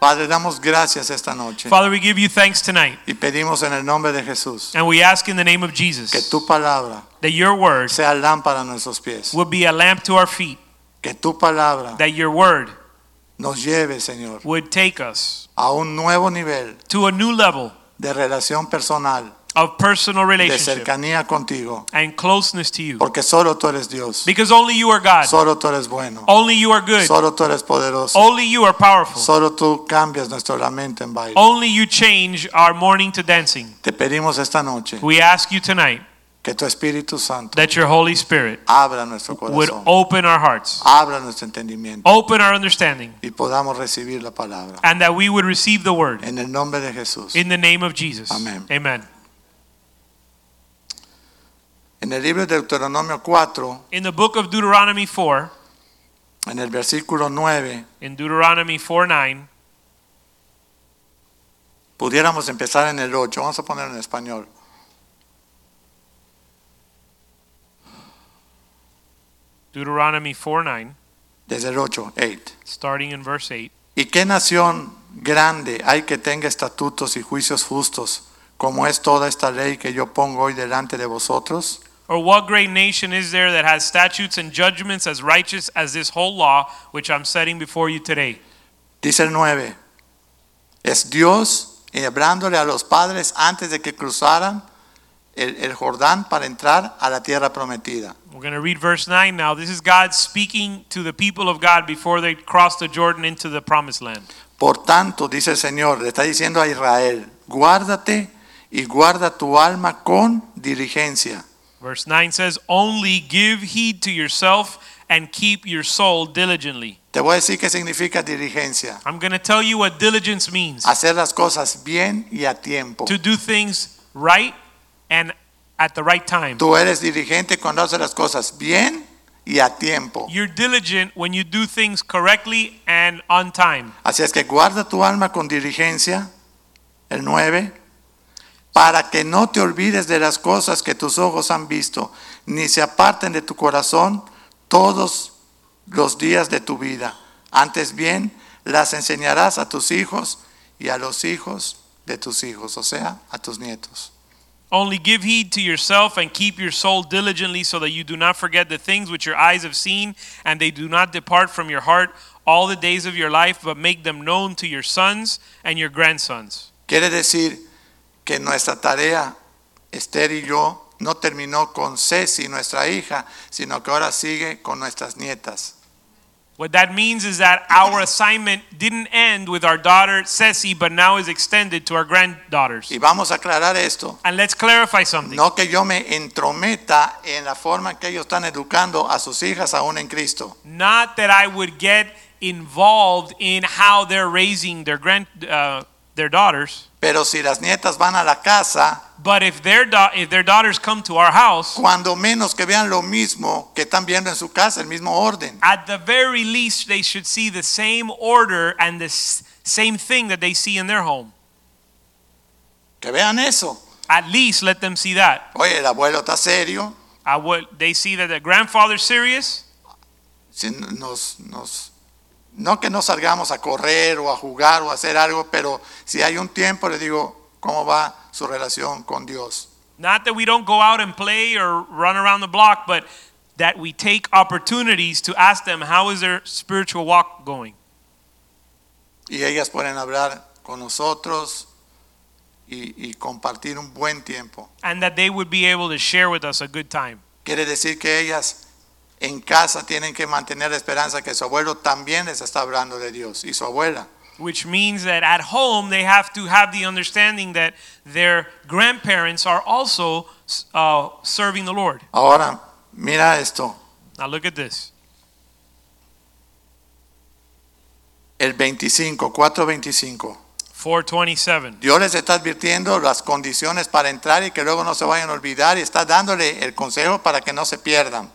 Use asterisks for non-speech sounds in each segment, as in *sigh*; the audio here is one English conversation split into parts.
Padre, damos gracias esta noche Father, we give you thanks tonight, y pedimos en el nombre de Jesús and we ask in the name of que Jesus tu palabra that your word sea lámpara a nuestros pies, would be a lamp to our feet, que tu palabra that your word nos lleve, Señor, would take us a un nuevo nivel to a new level de relación personal, of personal de relationship cercanía contigo, and closeness to you. porque solo tú eres Dios, Because only you are God, solo tú eres bueno, only you are good, solo tú eres poderoso, only you are powerful, solo tú cambias nuestro lamento en baile. only you change our mourning to dancing. Te pedimos esta noche We ask you tonight que tu Espíritu Santo that your Holy Spirit abra nuestro would corazón, open our hearts, abra nuestro entendimiento open our understanding, y podamos recibir la palabra. and that we would receive the word. En el nombre de Jesús. In the name of Jesus. Amen. Amen. En el libro de Deuteronomio 4, In the book of Deuteronomy 4, en el versículo 9, in Deuteronomy 4 9, pudiéramos empezar en el 8, vamos a ponerlo en español. Deuteronomy 4 9, Desde el 8, 8. starting in verse 8. ¿Y qué nación grande hay que tenga estatutos y juicios justos, como es toda esta ley que yo pongo hoy delante de vosotros? Or what great nation is there that has statutes and judgments as righteous as this whole law which I'm setting before you today? Dice el 9, es Dios y hablándole a los padres antes de que cruzaran el, el Jordán para entrar a la tierra prometida. We're going to read verse 9 now. This is God speaking to the people of God before they cross the Jordan into the promised land. Por tanto, dice el Señor, le está diciendo a Israel, guárdate y guarda tu alma con diligencia, Verse 9 says, Only give heed to yourself and keep your soul diligently. Te voy a decir qué significa diligencia. I'm going to tell you what diligence means. Hacer las cosas bien y a tiempo. to do things right and at the right time. Tú eres diligente cuando haces las cosas bien y a tiempo. You're diligent when you do things correctly and on time. Así es que guarda tu alma con diligencia, el 9, para que no te olvides de las cosas que tus ojos han visto, ni se aparten de tu corazón todos los días de tu vida. Antes bien, las enseñarás a tus hijos y a los hijos de tus hijos, o sea, a tus nietos. Only give heed to yourself and keep your soul diligently so that you do not forget the things which your eyes have seen and they do not depart from your heart all the days of your life, but make them known to your sons and your grandsons. Quiere decir que nuestra tarea, Esther y yo, no terminó con Ceci, nuestra hija, sino que ahora sigue con nuestras nietas. What that means is that our assignment didn't end with our daughter Ceci, but now is extended to our granddaughters. Y vamos a aclarar esto. And let's clarify something. No que yo me entrometa en la forma en que ellos están educando a sus hijas aún en Cristo. not that I would get involved in how they're raising their grand uh, their daughters, Pero si las nietas van a la casa, but if their da- if their daughters come to our house, cuando menos que vean lo mismo que están viendo en su casa, el mismo orden. at the very least they should see the same order and the s- same thing that they see in their home. Que vean eso. At least let them see that. Oye, el abuelo está serio, I would they see that the grandfather's serious, si nos, nos- no que no salgamos a correr o a jugar o a hacer algo, pero si hay un tiempo le digo cómo va su relación con Dios. not that we don't go out and play or run around the block, but that we take opportunities to ask them how is their spiritual walk going. Y ellas pueden hablar con nosotros y- y compartir un buen tiempo. and that they would be able to share with us a good time. Quiere decir que ellas en casa tienen que mantener la esperanza que su abuelo también les está hablando de Dios y su abuela. Which means that at home they have to have the understanding that their grandparents are also uh, serving the Lord. Ahora, mira esto, Now look at this. el 25, 4:25. 427. Dios les está advirtiendo las condiciones para entrar y que luego no se vayan a olvidar y está dándole el consejo para que no se pierdan.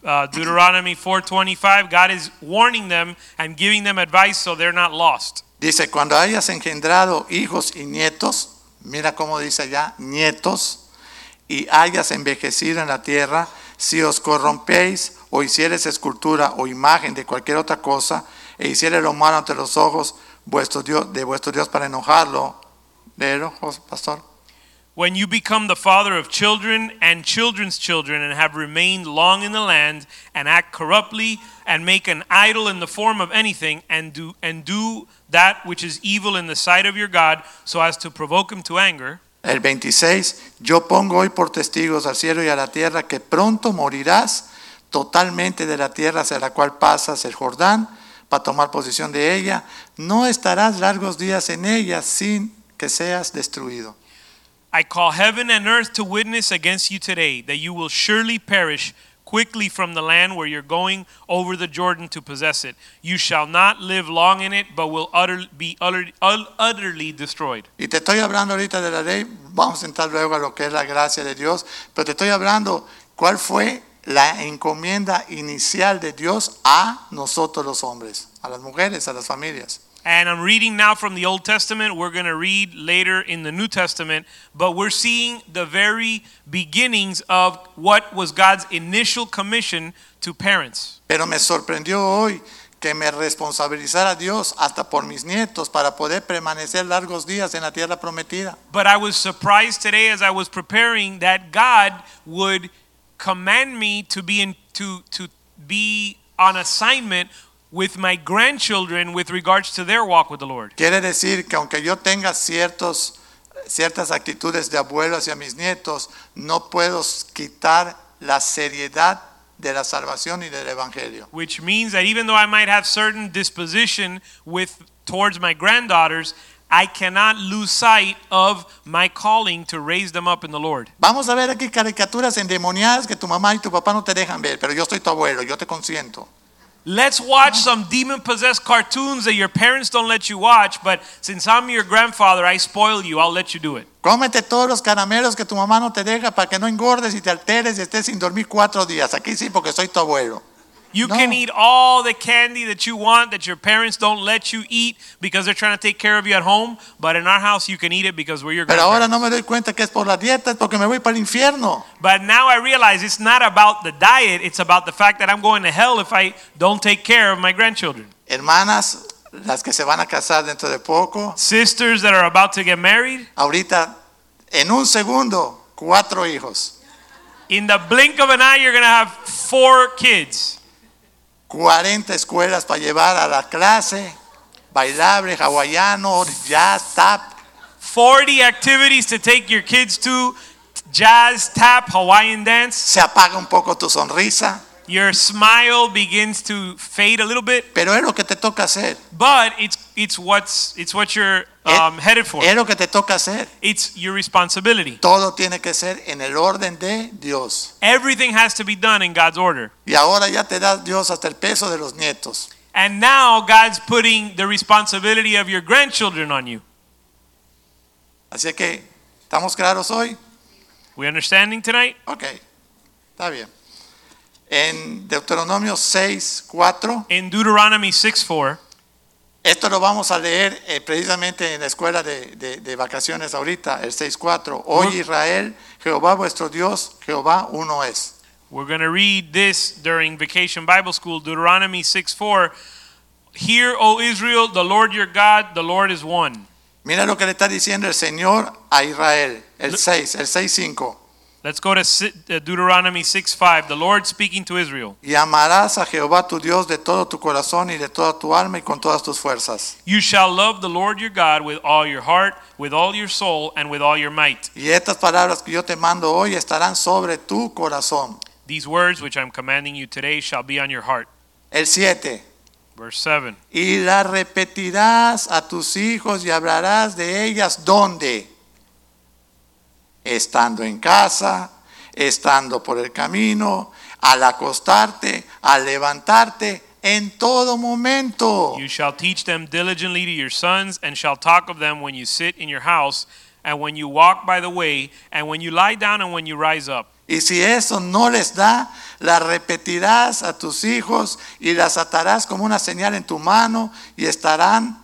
Uh, Deuteronomy 425, God is warning them and giving them advice so they're not lost. Dice, cuando hayas engendrado hijos y nietos, mira cómo dice allá, nietos, y hayas envejecido en la tierra, si os corrompéis o hicieres escultura o imagen de cualquier otra cosa, e hicieres lo malo ante los ojos vuestro Dios, de vuestro Dios para enojarlo, léelo, Jos- pastor. When you become the father of children and children's children and have remained long in the land and act corruptly and make an idol in the form of anything and do and do that which is evil in the sight of your God so as to provoke him to anger El 26, yo pongo hoy por testigos al cielo y a la tierra que pronto morirás totalmente de la tierra hacia la cual pasas el Jordán para tomar posesión de ella. No estarás largos días en ella sin que seas destruido. I call heaven and earth to witness against you today that you will surely perish quickly from the land where you're going over the Jordan to possess it you shall not live long in it but will utter, be utter, utterly destroyed Y te estoy hablando ahorita de la ley, vamos a entrar luego a lo que es la gracia de Dios, pero te estoy hablando cuál fue la encomienda inicial de Dios a nosotros los hombres, a las mujeres, a las familias. And I'm reading now from the Old Testament. We're going to read later in the New Testament. But we're seeing the very beginnings of what was God's initial commission to parents. Pero me sorprendió hoy que me responsabilizara Dios hasta por mis nietos para poder permanecer largos días en la tierra prometida. But I was surprised today as I was preparing that God would command me to be in, to to be on assignment with my grandchildren with regards to their walk with the Lord. Quiere decir que aunque yo tenga ciertos, ciertas actitudes de abuelo hacia mis nietos, no puedo quitar la seriedad de la salvación y del evangelio. which means that even though I might have certain disposition with towards my granddaughters, I cannot lose sight of my calling to raise them up in the Lord. Vamos a ver aquí caricaturas endemoniadas que tu mamá y tu papá no te dejan ver, pero yo soy tu abuelo, yo te consiento. Let's watch some demon possessed cartoons that your parents don't let you watch, but since I'm your grandfather, I spoil you. I'll let you do it. Cómete todos los caramelos que tu mamá no te deja para que no engordes y te alteres y estés sin dormir cuatro días. Aquí sí, porque soy tu abuelo. You No. can eat all the candy that you want that your parents don't let you eat because they're trying to take care of you at home, but in our house you can eat it because we're your Pero grandparents. ahora no me doy cuenta que es por la dieta, es porque me voy para el infierno. But now I realize it's not about the diet, it's about the fact that I'm going to hell if I don't take care of my grandchildren. Hermanas, las que se van a casar dentro de poco, Sisters that are about to get married, ahorita, en un segundo, cuatro hijos, in the blink of an eye, you're going to have four kids, 40 escuelas para llevar a la clase, bailable, hawaiano, jazz, tap. 40 activities to take your kids to jazz, tap, Hawaiian dance. Se apaga un poco tu sonrisa, Your smile begins to fade a little bit, pero es lo que te toca hacer. but it's, it's, what's, it's what you're Es- um, headed for. Es lo que te toca hacer. It's your responsibility. Todo tiene que ser en el orden de Dios. Everything has to be done in God's order. Y ahora ya te da Dios hasta el peso de los nietos. And now God's putting the responsibility of your grandchildren on you. Así que, ¿estamos claros hoy? We understanding tonight? Ok, está bien. En Deuteronomio 6, 4, In Deuteronomy 6 4, esto lo vamos a leer eh, precisamente en la escuela de, de- de vacaciones ahorita, el 6, 4. Ujú. Hoy Israel, Jehová vuestro Dios, Jehová uno es. we're going to read this during Vacation Bible School. Deuteronomy 6 4. Hear, O Israel, the Lord your God, the Lord is one. Mira lo que le está diciendo el Señor a Israel, el Lo- 6, el 6, 5. Let's go to Si- uh, Deuteronomy 6 5. The Lord speaking to Israel. Y amarás a Jehová tu Dios de todo tu corazón y de toda tu alma y con todas tus fuerzas. You shall love the Lord your God with all your heart, with all your soul, and with all your might. Y estas palabras que yo te mando hoy estarán sobre tu corazón. These words which I'm commanding you today shall be on your heart. El 7. Verse 7. Y las repetirás a tus hijos y hablarás de ellas donde? Estando en casa, estando por el camino, al acostarte, al levantarte, en todo momento. You shall teach them diligently to your sons, and shall talk of them when you sit in your house, and when you walk by the way, and when you lie down, and when you rise up. Y si eso no les da, las repetirás a tus hijos y las atarás como una señal en tu mano y estarán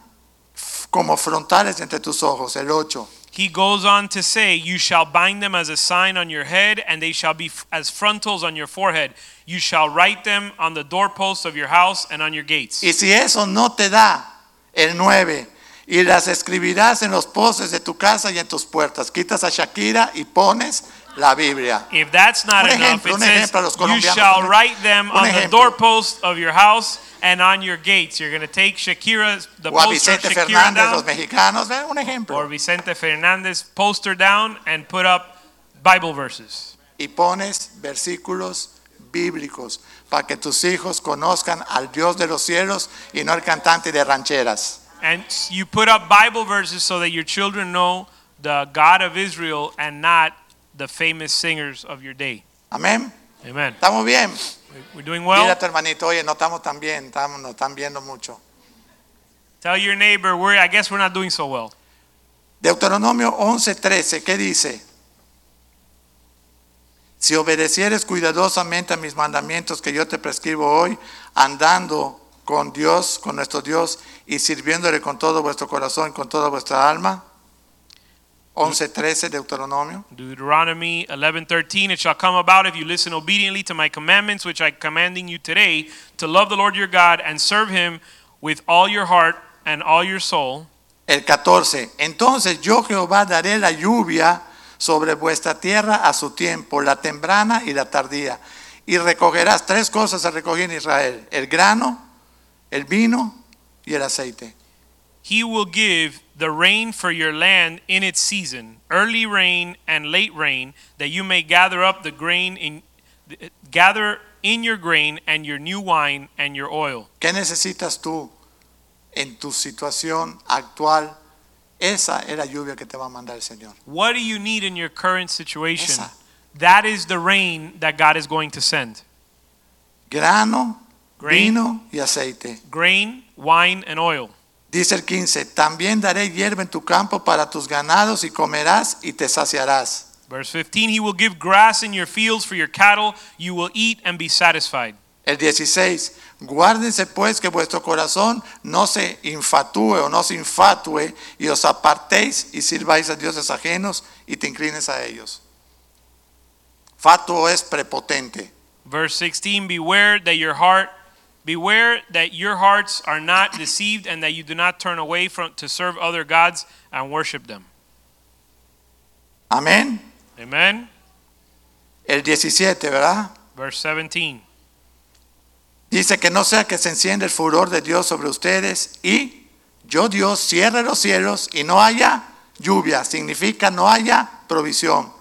f- como frontales entre tus ojos. El 8. He goes on to say, You shall bind them as a sign on your head, and they shall be f- as frontals on your forehead. You shall write them on the doorposts of your house and on your gates. Y si eso no te da, el 9. Y las escribirás en los postes de tu casa y en tus puertas. Quitas a Shakira y pones la Biblia. If that's not Un enough, ejemplo, un it says, ejemplo a los You colombianos shall también. write them Un on the ejemplo. doorpost of your house and on your gates. You're going to take Shakira's, the O a poster of Vicente Shakira Fernández, down, los mexicanos. ¿ve? Un ejemplo. or Vicente Fernandez poster down and put up Bible verses. y pones versículos bíblicos para que tus hijos conozcan al Dios de los cielos y no al cantante de rancheras. And s- you put up Bible verses so that your children know the God of Israel and not the famous singers of your day. Amén. Amen. Estamos bien. We're doing Mira well. a tu hermanito, oye, no estamos tan bien, estamos, nos están viendo mucho. Tell your neighbor, we're, I guess we're not doing so well. Deuteronomio 11:13, ¿qué dice? Si obedecieres cuidadosamente a mis mandamientos que yo te prescribo hoy, andando con Dios, con nuestro Dios, y sirviéndole con todo vuestro corazón, con toda vuestra alma. 11:13 Deuteronomio. Deuteronomy 11:13 It shall come about if you listen obediently to my commandments which I am commanding you today to love the Lord your God and serve him with all your heart and all your soul. El 14. Entonces yo Jehová daré la lluvia sobre vuestra tierra a su tiempo, la temprana y la tardía. Y recogerás tres cosas se recogí en Israel, el grano, el vino y el aceite. He will give the rain for your land in its season, early rain and late rain, that you may gather up the grain in gather in your grain and your new wine and your oil. ¿Qué necesitas tú en tu situación actual? Esa es la lluvia que te va a mandar el Señor. What do you need in your current situation? Esa. That is the rain that God is going to send. Grano, Grain, vino y aceite. grain, wine, and oil. Dice el 15, también daré hierba en tu campo para tus ganados y comerás y te saciarás. Verse 15 He will give grass in your fields for your cattle, you will eat and be satisfied. El 16. Guárdense pues que vuestro corazón no se infatúe o no se infatúe y os apartéis y sirváis a dioses ajenos y te inclines a ellos. Fatuo es prepotente. Verse 16 Beware that your heart beware that your hearts are not deceived and that you do not turn away from to serve other gods and worship them. Amén. Amen. El 17, ¿verdad? Verse 17 Dice que no sea que se encienda el furor de Dios sobre ustedes y yo Dios cierre los cielos y no haya lluvia. Significa no haya provisión.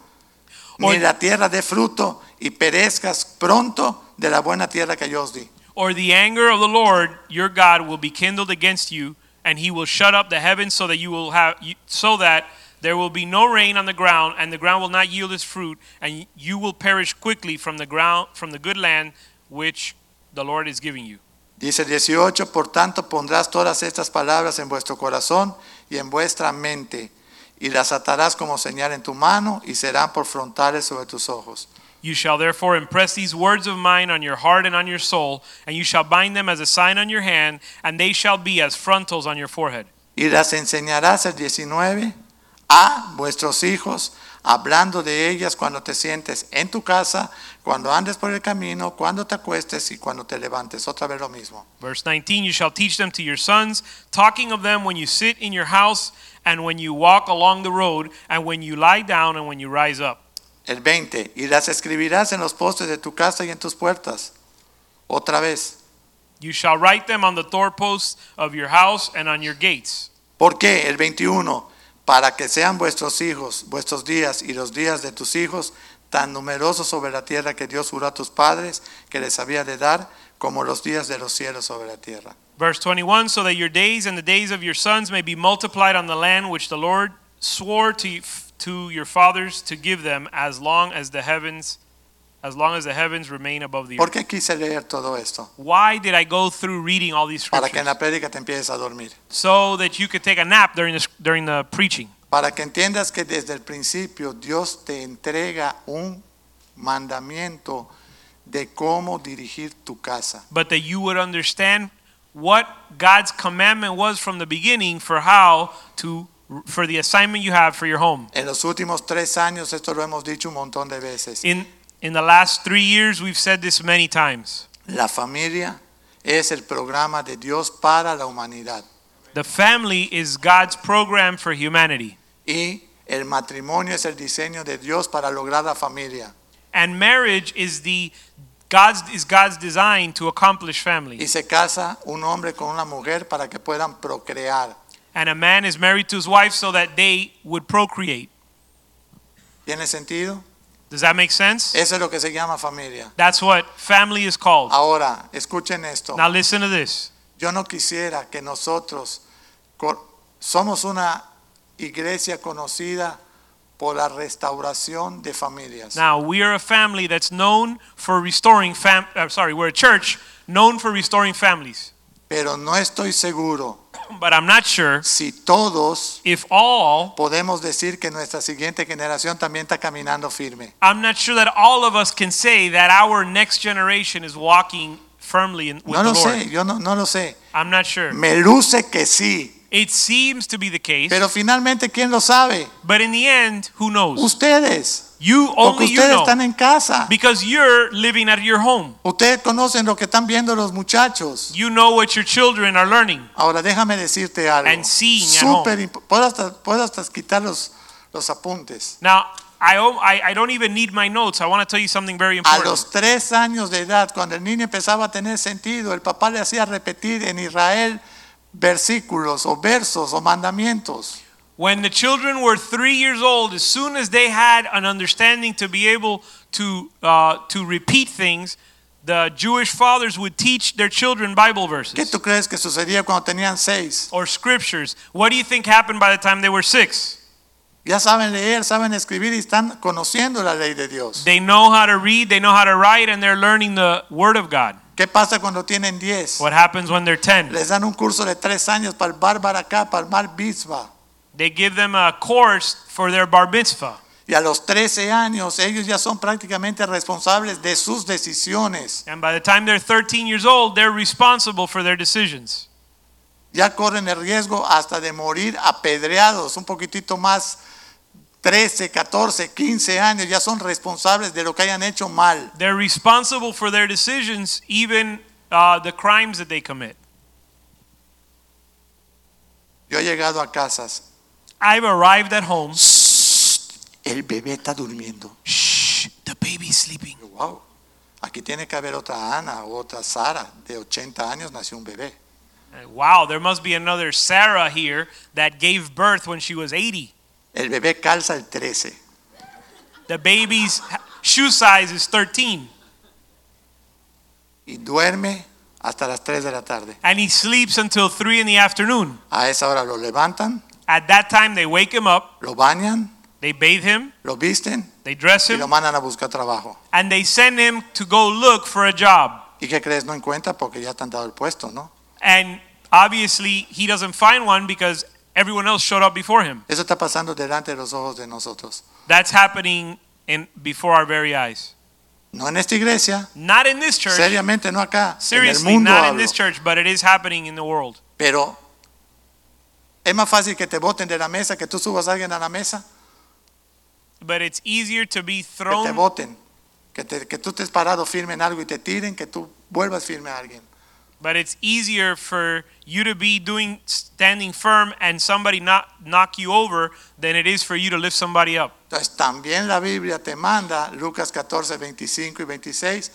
Ni Oye. la tierra dé fruto y perezcas pronto de la buena tierra que yo os di. Or the anger of the Lord your God will be kindled against you, and he will shut up the heavens so that you will have you- so that there will be no rain on the ground, and the ground will not yield its fruit, and you will perish quickly from the ground from the good land which the Lord is giving you. Dice el 18, por tanto pondrás todas estas palabras en vuestro corazón y en vuestra mente, y las atarás como señal en tu mano y serán por frontales sobre tus ojos. You shall therefore impress these words of mine on your heart and on your soul, and you shall bind them as a sign on your hand, and they shall be as frontals on your forehead. Y las enseñarás el 19 a vuestros hijos, hablando de ellas cuando te sientes en tu casa, cuando andes por el camino, cuando te acuestes y cuando te levantes. Otra vez lo mismo. Verse 19 You shall teach them to your sons, talking of them when you sit in your house, and when you walk along the road, and when you lie down, and when you rise up. El 20, y las escribirás en los postes de tu casa y en tus puertas. Otra vez. You shall write them on the doorposts of your house and on your gates. ¿Por qué? El 21, para que sean vuestros hijos, vuestros días y los días de tus hijos tan numerosos sobre la tierra que Dios juró a tus padres que les había de dar, como los días de los cielos sobre la tierra. Verse 21 So that your days and the days of your sons may be multiplied on the land which the Lord swore to, to your fathers to give them, as long as the heavens as long as the heavens remain above the ¿Por earth. qué quise leer todo esto? Why did I go through reading all these Para que en scriptures? la prédica te empieces a dormir. So that you could take a nap during the, during the preaching. Para que entiendas que desde el principio Dios te entrega un mandamiento de cómo dirigir tu casa. but that you would understand what God's commandment was from the beginning for how to for the assignment you have for your home. En los últimos tres años, esto lo hemos dicho un montón de veces, In in the last 3 years we've said this many times. la familia es el programa de Dios para la humanidad The family is God's program for humanity. y el matrimonio es el diseño de Dios para lograr la familia And marriage is the God's is God's design to accomplish family. y se casa un hombre con una mujer para que puedan procrear. And a man is married to his wife so that they would procreate. ¿Tiene sentido? Does that make sense? Eso es lo que se llama familia. That's what family is called. Ahora, escuchen esto. Now listen to this. Yo no quisiera que nosotros co- somos una iglesia conocida por la restauración de familias. Now we are a family that's known for restoring fam. I'm sorry, we're a church known for restoring families. Pero no estoy seguro But I'm not sure si todos if all. podemos decir que nuestra siguiente generación también está caminando firme. I'm not sure that all of us can say that our next generation is walking firmly in, with No the lo Lord. sé, yo no, no lo sé. I'm not sure. Me luce que sí, It seems to be the case, pero finalmente ¿quién lo sabe? but in the end, who knows? Ustedes, You porque only you ustedes know están en casa. because you're living at your home. Ustedes conocen lo que están viendo los muchachos. You know what your children are learning. Ahora déjame decirte algo. And seeing at Súper imp- puedo hasta, puedo hasta quitar los, los apuntes. Now, I, I I don't even need my notes. I want to tell you something very A important. los tres años de edad, cuando el niño empezaba a tener sentido, el papá le hacía repetir en Israel versículos o versos o mandamientos. When the children were three years old, as soon as they had an understanding to be able to uh, to repeat things, the Jewish fathers would teach their children Bible ¿Qué verses tú crees que sucedía cuando tenían seis? or scriptures. What do you think happened by the time they were six? Ya saben leer, saben escribir y están conociendo la ley de Dios. They know how to read, they know how to write, and they're learning the Word of God. ¿Qué pasa cuando tienen diez? What happens when they're ten? Les dan un curso de tres años para el Bárbara acá, para el Mar Bisba. They give them a course for their bar mitzvah. Y a los 13 años ellos ya son prácticamente responsables de sus decisiones. And by the time they're 13 years old, they're responsible for their decisions. Ya corren el riesgo hasta de morir apedreados, un poquitito más, 13, 14, 15 años, ya son responsables de lo que hayan hecho mal. They're responsible for their decisions, even uh, the crimes that they commit. Yo he llegado a casas. I've arrived at home. El bebé está durmiendo. Shh, the baby's sleeping. Yo, Wow. Aquí tiene que haber otra Ana o otra Sara, de 80 años nació un bebé. Wow, there must be another Sarah here that gave birth when she was 80. El bebé calza el 13. The baby's shoe size is 13, Y duerme hasta las 3 de la tarde. and he sleeps until 3 in the afternoon. A esa hora lo levantan, At that time, they wake him up, lo bañan, they bathe him, lo visten they dress y lo him, mandan a buscar trabajo. and they send him to go look for a job. ¿Y qué crees? No encuentra porque ya te han dado el puesto, ¿no? And obviously, he doesn't find one because everyone else showed up before him. Eso está pasando delante de los ojos de nosotros. That's happening in before our very eyes. No en esta iglesia, Not in this church. seriamente no acá, en el Seriously, mundo not in hablo. this church, but it is happening in the world. Pero es más fácil que te voten de la mesa, que tú subas a alguien a la mesa, But it's easier to que be te thrown. voten, que, te- que tú estés parado firme en algo y te tiren, que tú vuelvas firme a alguien. But it's easier for you to be doing standing firm and somebody not knock you over than it is for you to lift somebody up. Entonces también la Biblia te manda, Lucas 14, 25 y 26,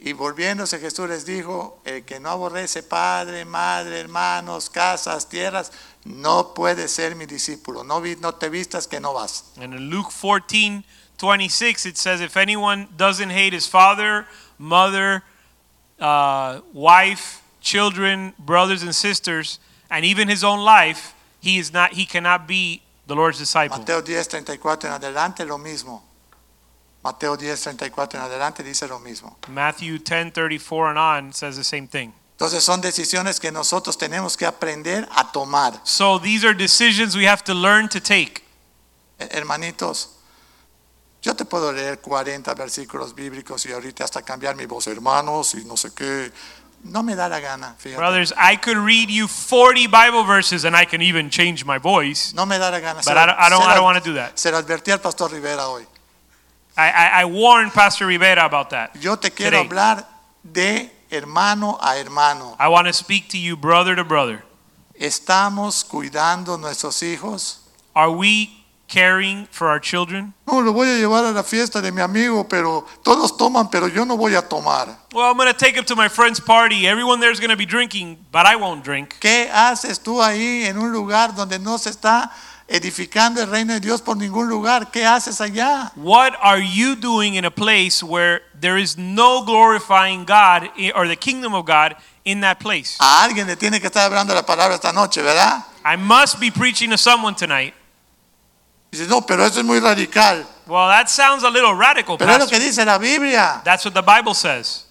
y volviéndose Jesús les dijo, el que no aborrece padre, madre, hermanos, casas, tierras, no puede ser mi discípulo, no, vi- no te vistas que no vas. And in Luke 14, 26, it says, If anyone doesn't hate his father, mother, uh, wife, children, brothers and sisters, and even his own life, he is not he cannot be the Lord's disciple. Mateo 10, 34 en adelante, lo mismo. Mateo 10, 34 en adelante dice lo mismo. Matthew 10 34 and on says the same thing. Entonces son decisiones que nosotros tenemos que aprender a tomar. So these are decisions we have to learn to take. Eh, Hermanitos, yo te puedo leer 40 versículos bíblicos y ahorita hasta cambiar mi voz, hermanos, y no sé qué. No me da la gana, fíjate. Brothers, I could read you 40 Bible verses and I can even change my voice, no me da la gana. but I don't, I don't, I don't want to do that. Se lo advertí al pastor Rivera hoy. I, I, I warned Pastor Rivera about that. Yo te quiero Today. hablar de hermano a hermano. I want to speak to you brother to brother. ¿Estamos cuidando nuestros hijos? Are we caring for our children? No, lo voy a llevar a la fiesta de mi amigo, pero todos toman, pero yo no voy a tomar. Well, I'm going to take him to my friend's party. Everyone there's going to be drinking, but I won't drink. ¿Qué haces tú ahí en un lugar donde no se está edificando el reino de Dios por ningún lugar? ¿Qué haces allá? What are you doing in a place where there is no glorifying God i- or the kingdom of God in that place? A alguien le tiene que estar hablando la palabra esta noche, ¿verdad? I must be preaching to someone tonight. Dice, no, pero eso es muy radical. Well, that sounds a little radical, Pero es lo Pastor. que dice la Biblia. That's what the Bible says.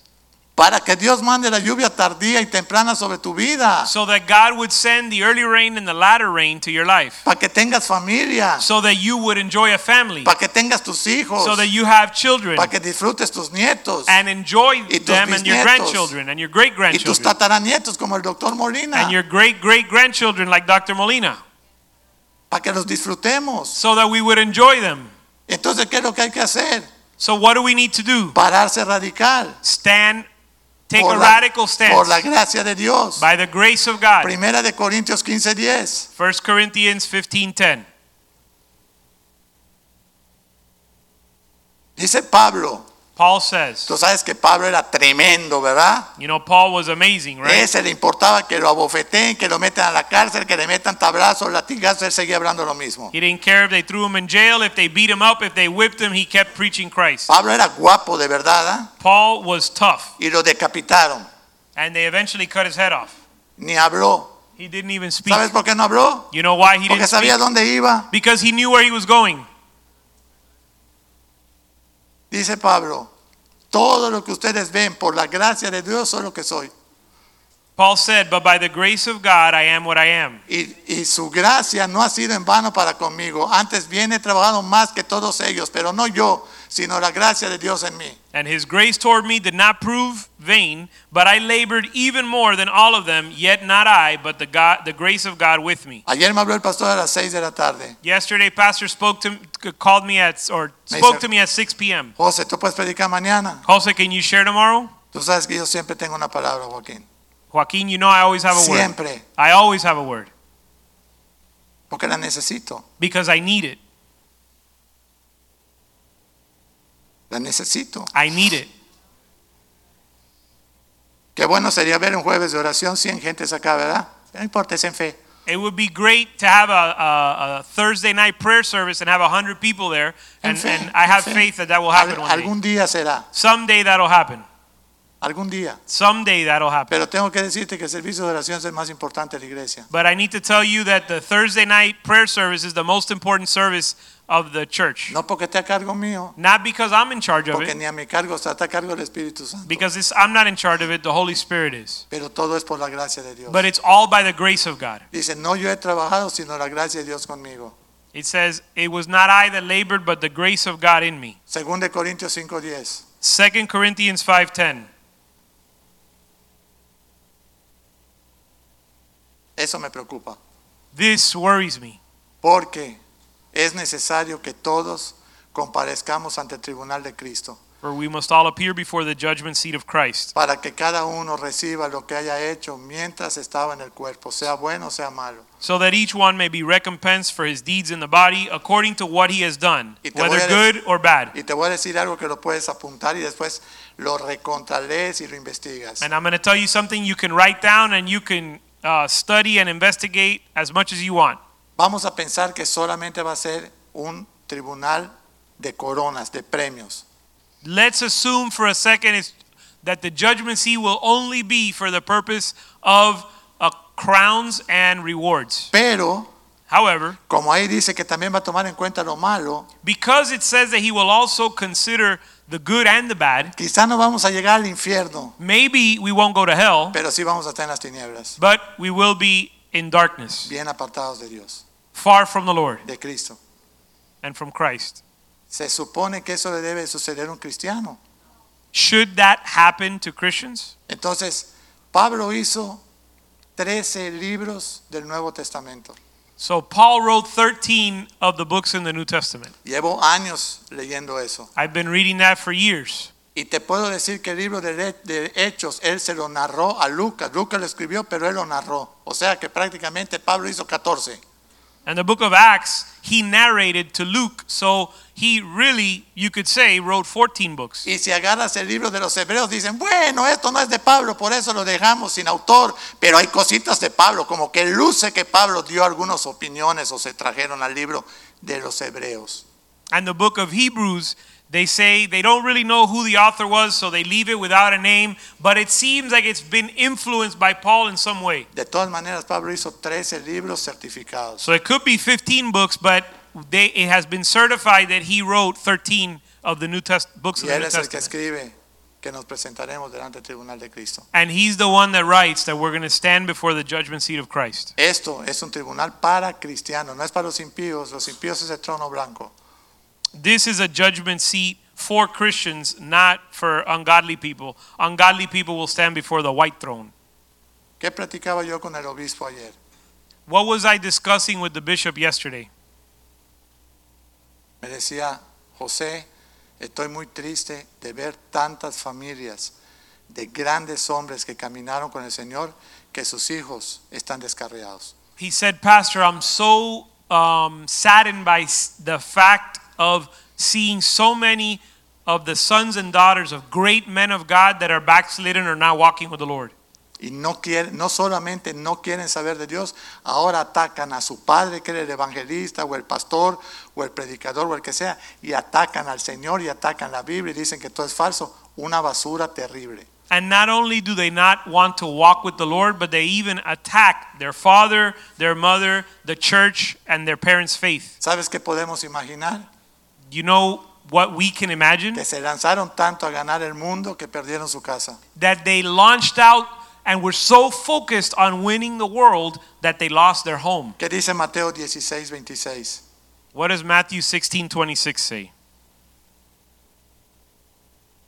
Para que Dios mande la lluvia tardía y temprana sobre tu vida. So that God would send the early rain and the latter rain to your life. Para que tengas familia. So that you would enjoy a family. Para que tengas tus hijos. So that you have children Para que disfrutes tus nietos. and enjoy tus them and your bisnietos. grandchildren and your Y great tus grandchildren tataranietos como el doctor Molina. and your great great grandchildren like Dr. Molina. Para que los disfrutemos. So that we would enjoy them. Entonces, ¿qué es lo que hay que hacer? So what do we need to do? Pararse radical. Stand, take por a la- radical Por la stance gracia de Dios. by the grace of God. Primera de Corintios 15:10. 1 Corinthians 15:10. Dice Pablo. Paul says, Tú sabes que Pablo era tremendo, ¿verdad? you know Paul was amazing, right? Ese le importaba que lo abofeteen, que lo metan a la cárcel, que le metan tablazos, latigazos, él seguía hablando lo mismo. He didn't care if they threw him in jail, if they beat him up, if they whipped him, he kept preaching Christ. Pablo era guapo de verdad ¿ah? Paul was tough, y lo decapitaron. and they eventually cut his head off. Ni habló. He didn't even speak. ¿Sabes por qué no habló? You know why he Porque didn't sabía speak? dónde iba. Because he knew where he was going. Dice Pablo, todo lo que ustedes ven por la gracia de Dios es lo que soy. Paul said, But by the grace of God, I am what I am. Y, y su gracia no ha sido en vano para conmigo. Antes bien he trabajado más que todos ellos, pero no yo, sino la gracia de Dios en mí. And his grace toward me did not prove vain, but I labored even more than all of them, yet not I, but the, God, the grace of God with me. Ayer me habló el pastor a las 6 de la tarde. Yesterday, pastor spoke to, called me at, or Me spoke dice- to me at 6 p.m. José, tú puedes predicar mañana. Jose, can you share tomorrow? Tú sabes que yo siempre tengo una palabra, Joaquín. Joaquin, you know I always have a word. Siempre, I always have a word porque la necesito. because I need it. La necesito. I need it. Qué bueno sería ver un jueves de oración 100 gentes acá, ¿verdad? No importa, es en fe. It would be great to have a, a, a Thursday night prayer service and have 100 people there. And, fe, and I have fe. faith that that will Al- happen one day. algún día será, Someday that'll happen. algún día. Someday that'll happen. Pero tengo que decirte que el servicio de oración es el más importante de la iglesia. But I need to tell you that the Thursday night prayer service is the most important service of the church. No porque esté a cargo mío, Not because I'm in charge of porque it, ni a mi cargo está, está a cargo del Espíritu Santo. because it's, I'm not in charge of it, the Holy Spirit is. Pero todo es por la gracia de Dios. But it's all by the grace of God. Dice, no yo he trabajado, sino la gracia de Dios conmigo. It says, It was not I that labored, but the grace of God in me. Según de Corintios 5.10. 2 Corinthians 5:10. Eso me preocupa. This worries me Porque es necesario que todos comparezcamos ante el tribunal de Cristo, for we must all appear before the judgment seat of Christ, para que cada uno reciba lo que haya hecho mientras estaba en el cuerpo, sea bueno o sea malo. so that each one may be recompensed for his deeds in the body according to what he has done, Y te voy whether a good or bad. Y te voy a decir algo que lo puedes apuntar y después lo recontralees y lo investigas. And I'm going to tell you something you can write down and you can uh, study and investigate as much as you want. Vamos a pensar que solamente va a ser un tribunal de coronas, de premios. Let's assume for a second it's, that the judgment seat will only be for the purpose of uh, crowns and rewards. Pero However, Como ahí dice que también va a tomar en cuenta lo malo, because it says that he will also consider the good and the bad, quizá no vamos a llegar al infierno, maybe we won't go to hell, pero sí vamos a estar en las tinieblas, but we will be in darkness, bien apartados de Dios, far from the Lord de Cristo. and from Christ. Se supone que eso le debe suceder a un cristiano. Should that happen to Christians? Entonces, Pablo hizo 13 libros del Nuevo Testamento. So Paul wrote 13 of the books in the New Testament. Llevo años leyendo eso. I've been reading that for years. Y te puedo decir que el libro de, le- de Hechos, él se lo narró a Lucas. Lucas lo escribió, pero él lo narró. O sea que prácticamente Pablo hizo 14. And the book of Acts, he narrated to Luke. So he really, you could say, wrote 14 books. Y si agarras el libro de los hebreos, dicen, bueno, esto no es de Pablo, por eso lo dejamos sin autor. Pero hay cositas de Pablo, como que luce que Pablo dio algunas opiniones o se trajeron al libro de los hebreos. And the book of Hebrews, they say they don't really know who the author was, so they leave it without a name. But it seems like it's been influenced by Paul in some way. De todas maneras, Pablo hizo 13 libros certificados. So it could be 15 books, but they, it has been certified that he wrote 13 of the New Test- books of Y the él New es el que Testament. escribe que nos presentaremos delante del tribunal de Cristo. And he's the one that writes that we're going to stand before the judgment seat of Christ. Esto es un tribunal para cristianos, no es para los impíos. Los impíos es el trono blanco. This is a judgment seat for Christians, not for ungodly people. Ungodly people will stand before the white throne. ¿Qué platicaba yo con el obispo ayer? What was I discussing with the bishop yesterday? Me decía, José, estoy muy triste de ver tantas familias de grandes hombres que caminaron con el Señor que sus hijos están descarriados. He said, Pastor, I'm so um, saddened by s- the fact of seeing so many of the sons and daughters of great men of God that are backslidden or not walking with the Lord. Y no, quieren, no solamente no quieren saber de Dios, ahora atacan a su padre, que era el evangelista, o el pastor, o el predicador, o el que sea, y atacan al Señor y atacan la Biblia y dicen que todo es falso. Una basura terrible. And not only do they not want to walk with the Lord, but they even attack their father, their mother, the church, and their parents' faith. ¿Sabes qué podemos imaginar? You know what we can imagine? Que se lanzaron tanto a ganar el mundo que perdieron su casa. That they launched out and were so focused on winning the world that they lost their home. ¿Qué dice Mateo 16, 26? What does Matthew 16 26 say?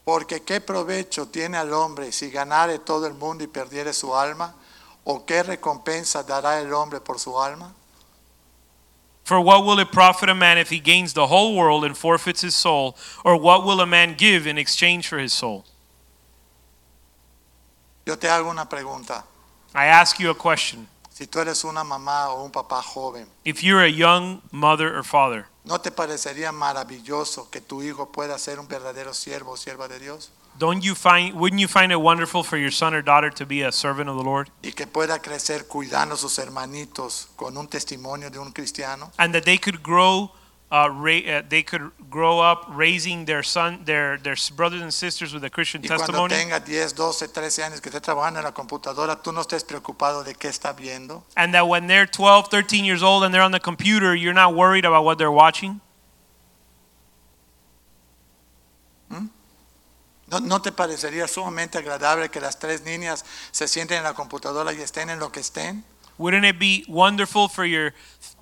Porque qué provecho tiene al hombre si ganare todo el mundo y perdiere su alma, o qué recompensa dará el hombre por su alma. For what will it profit a man if he gains the whole world and forfeits his soul? Or what will a man give in exchange for his soul? Yo te hago una pregunta. I ask you a question. Si tú eres una mamá o un papá joven, If you're a young mother or father, ¿no te parecería maravilloso que tu hijo pueda ser un verdadero siervo o sierva de Dios? don't you find wouldn't you find it wonderful for your son or daughter to be a servant of the Lord? Y que pueda crecer cuidando a sus hermanitos con un testimonio de un cristiano. and that they could grow uh, ra- uh, they could grow up raising their son their their s- brothers and sisters with a Christian Y cuando testimony tenga 10, 12, 13 años que esté trabajando en la computadora, tú no estés preocupado de qué está viendo. and that when they're 12 13 years old and they're on the computer you're not worried about what they're watching ¿No, no te parecería sumamente agradable que las tres niñas se sienten en la computadora y estén en lo que estén? wouldn't it be wonderful for your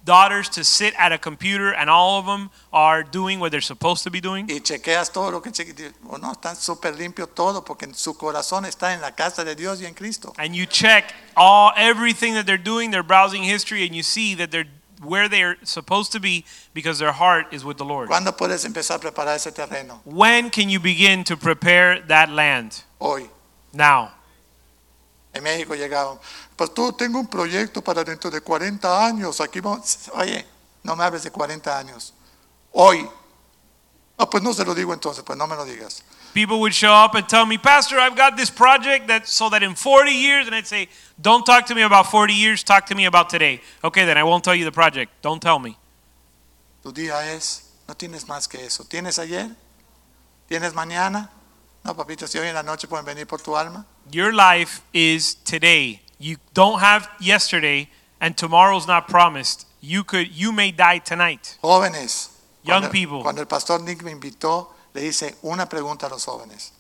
daughters to sit at a computer and all of them are doing what they're supposed to be doing Y chequeas todo lo que cheque- O no, están súper limpio todo porque su corazón está en la casa de Dios y en Cristo. and you check all everything that they're doing they're browsing history and you see that they're where they're supposed to be because their heart is with the Lord ¿Cuándo puedes empezar a preparar ese terreno? when can you begin to prepare that land Hoy. Now, En México llegaron. Pastor, tengo un proyecto para dentro de 40 años. Aquí vamos. Oye, no me hables de 40 años. Hoy. Ah, pues no se lo digo entonces, pues no me lo digas. people would show up and tell me, Pastor, I've got this project that so that in 40 years, and I'd say, Don't talk to me about 40 years, talk to me about today. Okay, then I won't tell you the project. Don't tell me. Tu día es, no tienes más que eso. ¿Tienes ayer? ¿Tienes mañana? No, papito, si hoy en la noche pueden venir por tu alma. Your life is today. You don't have yesterday, and tomorrow's not promised. you could you may die tonight. Jóvenes. Young cuando- people. Cuando el pastor Nick me invitó, le hice una pregunta a los jóvenes.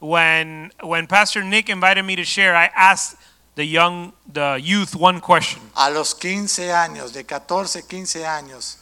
When when Pastor Nick invited me to share, I asked the young the youth one question. A los 15 años, de 14, 15 años,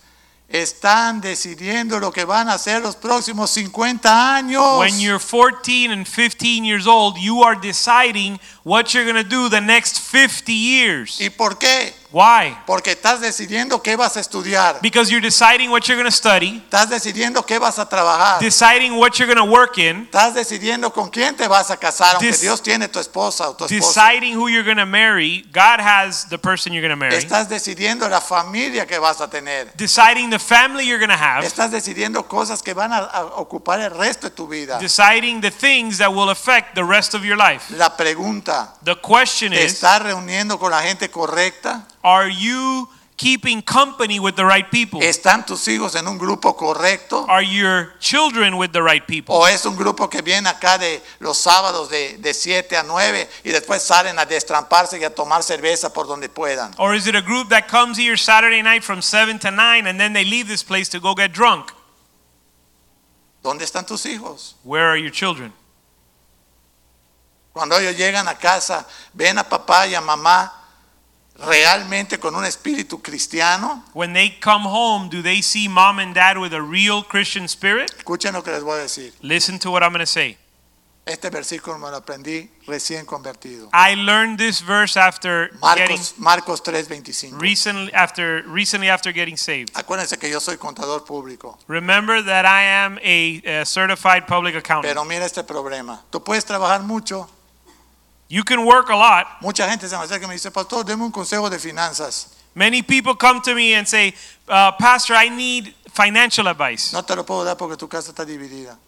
están decidiendo lo que van a hacer los próximos 50 años. When you're 14 and 15 years old, you are deciding what you're going to do the next 50 years. ¿Y por qué? Why? Porque estás decidiendo qué vas a estudiar. Because you're deciding what you're going to study, Estás decidiendo qué vas a trabajar. deciding what you're going to work in, Estás decidiendo con quién te vas a casar, aunque Dis- Dios tiene tu esposa o tu esposo. deciding who you're going to marry. God has the person you're going to marry. Estás decidiendo la familia que vas a tener. Deciding the family you're going to have, Estás decidiendo cosas que van a, a ocupar el resto de tu vida. deciding the things that will affect the rest of your life. La pregunta, The question ¿te is, estás reuniendo con la gente correcta? are you keeping company with the right people? ¿Están tus hijos en un grupo correcto? Are your children with the right people? ¿O es un grupo que viene acá de los sábados de, de 7 a 9 y después salen a destramparse y a tomar cerveza por donde puedan? Or is it a group that comes here Saturday night from 7 to 9 and then they leave this place to go get drunk? ¿Dónde están tus hijos? Where are your children? Cuando ellos llegan a casa, ven a papá y a mamá realmente con un espíritu cristiano. When they come home, do they see mom and dad with a real Christian spirit? Escuchen lo que les voy a decir. Listen to what I'm going to say. Este versículo me lo aprendí recién convertido. I learned this verse after getting Marcos, Marcos 3:25. recently after recently after getting saved. Acuérdense que yo soy contador público, Remember that I am a, uh certified public accountant. pero mira este problema. Tú puedes trabajar mucho. You can work a lot. Mucha gente se me acerca y me dice, pastor, deme un consejo de finanzas. Many people come to me and say, uh, "Pastor, I need financial advice. No te lo puedo dar porque tu casa está dividida.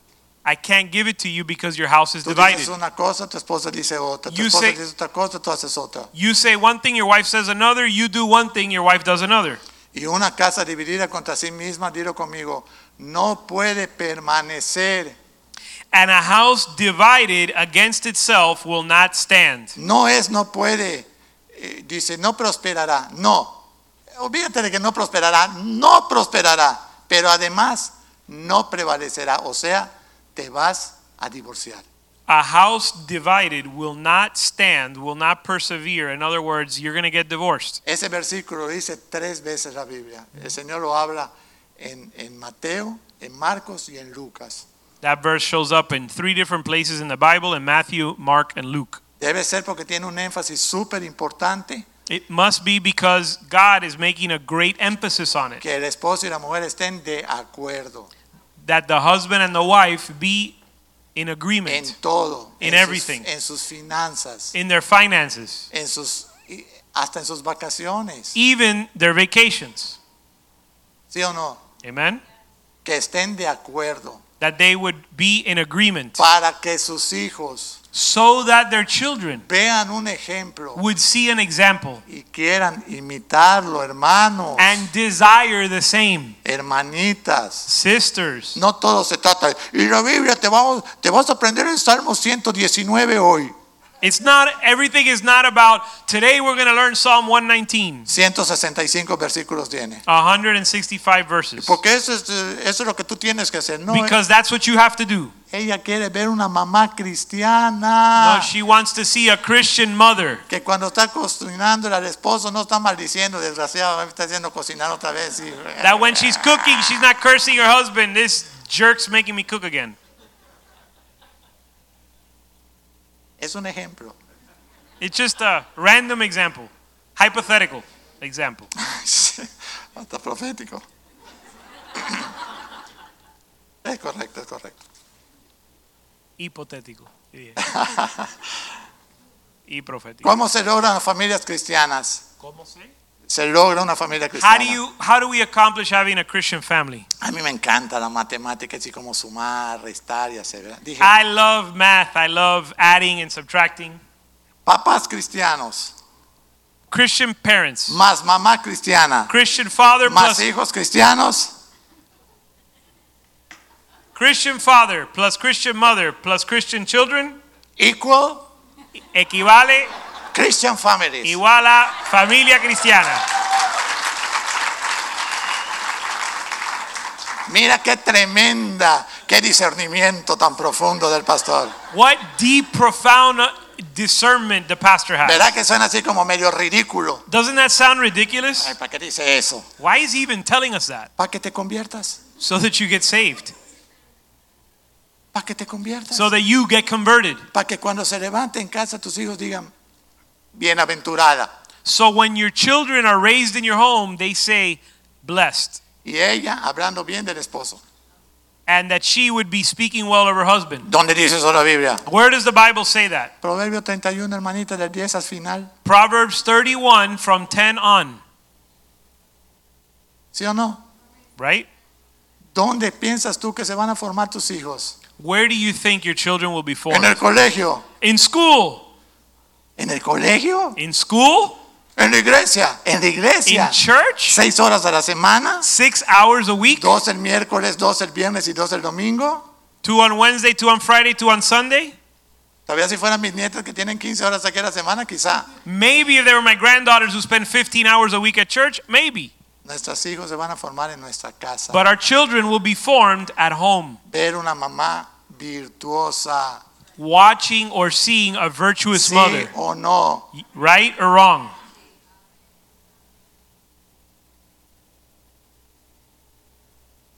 I can't give it to you because your house is Tú divided." dices una cosa, tu esposa dice otra. Tu You esposa say- dice otra cosa, tú haces otra. You say one thing, your wife says another. You do one thing, your wife does another. Y una casa dividida contra sí misma, dilo conmigo, no puede permanecer. And a house divided against itself will not stand. No es no puede. Eh, dice, no prosperará. No. Olvídate de que no prosperará. No prosperará. Pero además, no prevalecerá. O sea, te vas a divorciar. A house divided will not stand, will not persevere. In other words, you're going to get divorced. Ese versículo lo dice tres veces la Biblia. El Señor lo habla en, en Mateo, en Marcos y en Lucas. That verse shows up in three different places in the Bible in Matthew, Mark, and Luke. Debe ser porque tiene un énfasis súper importante It must be because God is making a great emphasis on it que el esposo y la mujer estén de acuerdo that the husband and the wife be in agreement en todo, In en, everything. Sus, en sus finanzas, in their finances, en sus y- hasta en sus vacaciones, even their vacations. ¿sí o no? Amen? Que estén de acuerdo that they would be in agreement para que sus hijos so that their children vean un ejemplo would see an example y quieran imitarlo, hermanos, and desire the same hermanitas. sisters No todo se trata. de, Y la Biblia te vamos, te vas a aprender el Salmo 119 hoy, it's not everything is not about today we're going to learn psalm 119 165 versículos tiene. 165 verses Porque eso es, eh, eso es lo que tú tienes que hacer. No, eh. because that's what you have to do ella quiere ver una mamá no cristiana she wants to see a christian mother que cuando está cocinando al esposo no está maldiciendo, desgraciado, me está haciendo cocinar otra vez. y- that when she's cooking she's not cursing her husband this jerk's making me cook again Es un ejemplo. *laughs* it's just a random example hypothetical example Hasta profético. Es correcto, es correcto. Hipotético. *laughs* diría. y profético. ¿Cómo se logran las familias cristianas? ¿Cómo sé? Se logra una familia How do cristiana. you how do we accomplish having a Christian family? A mí me encanta la matemática, así como sumar, restar y hacer. ¿verdad? Dije, I love math. I love adding and subtracting. papás cristianos, Christian parents, más mamá cristiana, Christian father más plus hijos cristianos, Christian father plus Christian mother plus Christian children equal equivale Christian families. igual a familia cristiana. Mira qué tremenda, qué discernimiento tan profundo del pastor. What deep, profound uh, discernment the pastor has. ¿Verdad que suena así como medio ridículo? Doesn't that sound ridiculous? Ay, ¿Para qué dice eso? Why is he even telling us that? Para que te conviertas, So that you get saved, para que te conviertas. so that you get converted. para que cuando se levante en casa tus hijos digan, bienaventurada. So when your children are raised in your home, they say, blessed. Y ella hablando bien del esposo. And that she would be speaking well of her husband. ¿Dónde dice eso la Biblia? Where does the Bible say that? Proverbio 31, hermanita, del 10 al final. Proverbs 31 from 10 on, ¿Sí o no? right? ¿Dónde piensas tú que se van a formar tus hijos? Where do you think your children will be En formed? el colegio. In school. ¿En el colegio? In school? En la iglesia. En la In iglesia. church? Seis horas a la semana. Six hours a week? Dos el miércoles, dos el viernes y dos el domingo. Two on Wednesday, two on Friday, two on Sunday? Todavía si fueran mis nietas que tienen 15 horas aquí a la semana, quizá. Maybe if they were my granddaughters who spend 15 hours a week at church, maybe. Nuestros hijos se van a formar en nuestra casa. But our children will be formed at home, ver una mamá virtuosa, watching or seeing a virtuous sí mother, o no. right or wrong.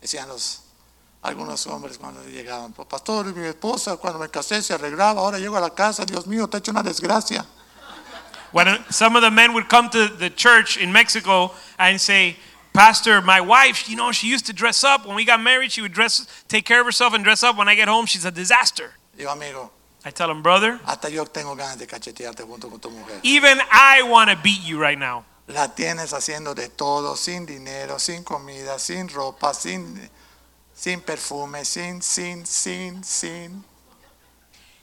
Decían los algunos hombres cuando llegaban, "Pues, pastor, mi esposa cuando me casé se arreglaba, ahora llego a la casa, Dios mío, te he hecho una desgracia. When uh, some of the men would come to the church in Mexico and say, Pastor, my wife, you know, she used to dress up. When we got married, she would dress, take care of herself and dress up. When I get home, she's a disaster. Digo, amigo, I tell him, brother, hasta yo tengo ganas de cachetearte junto con tu mujer. even I want to beat you right now. La tienes haciendo de todo, sin dinero, sin comida, sin ropa, sin, sin perfume, sin, sin, sin, sin.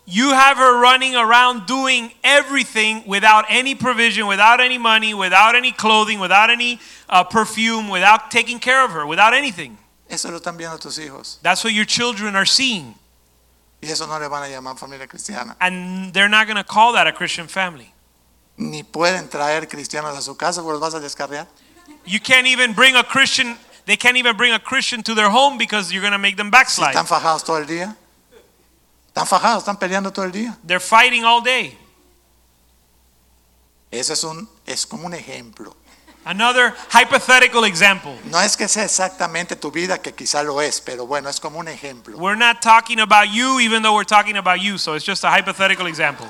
You have her running around doing everything without any provision, without any money, without any clothing, without any uh, perfume, without taking care of her, without anything. Eso lo están viendo tus hijos. That's what your children are seeing. Y eso no le van a llamar familia cristiana. And they're not going to call that a Christian family. Ni pueden traer cristianos a su casa porque los vas a descarriar. You can't even bring a Christian, they can't even bring a Christian to their home because you're going to make them backslide. Están fajados todo el día. Están fajados, están peleando todo el día. They're fighting all day. Ese es un es como un ejemplo. Another hypothetical example. No es que sea exactamente tu vida que quizá lo es, pero bueno, es como un ejemplo. We're not talking about you, even though we're talking about you, so it's just a hypothetical example.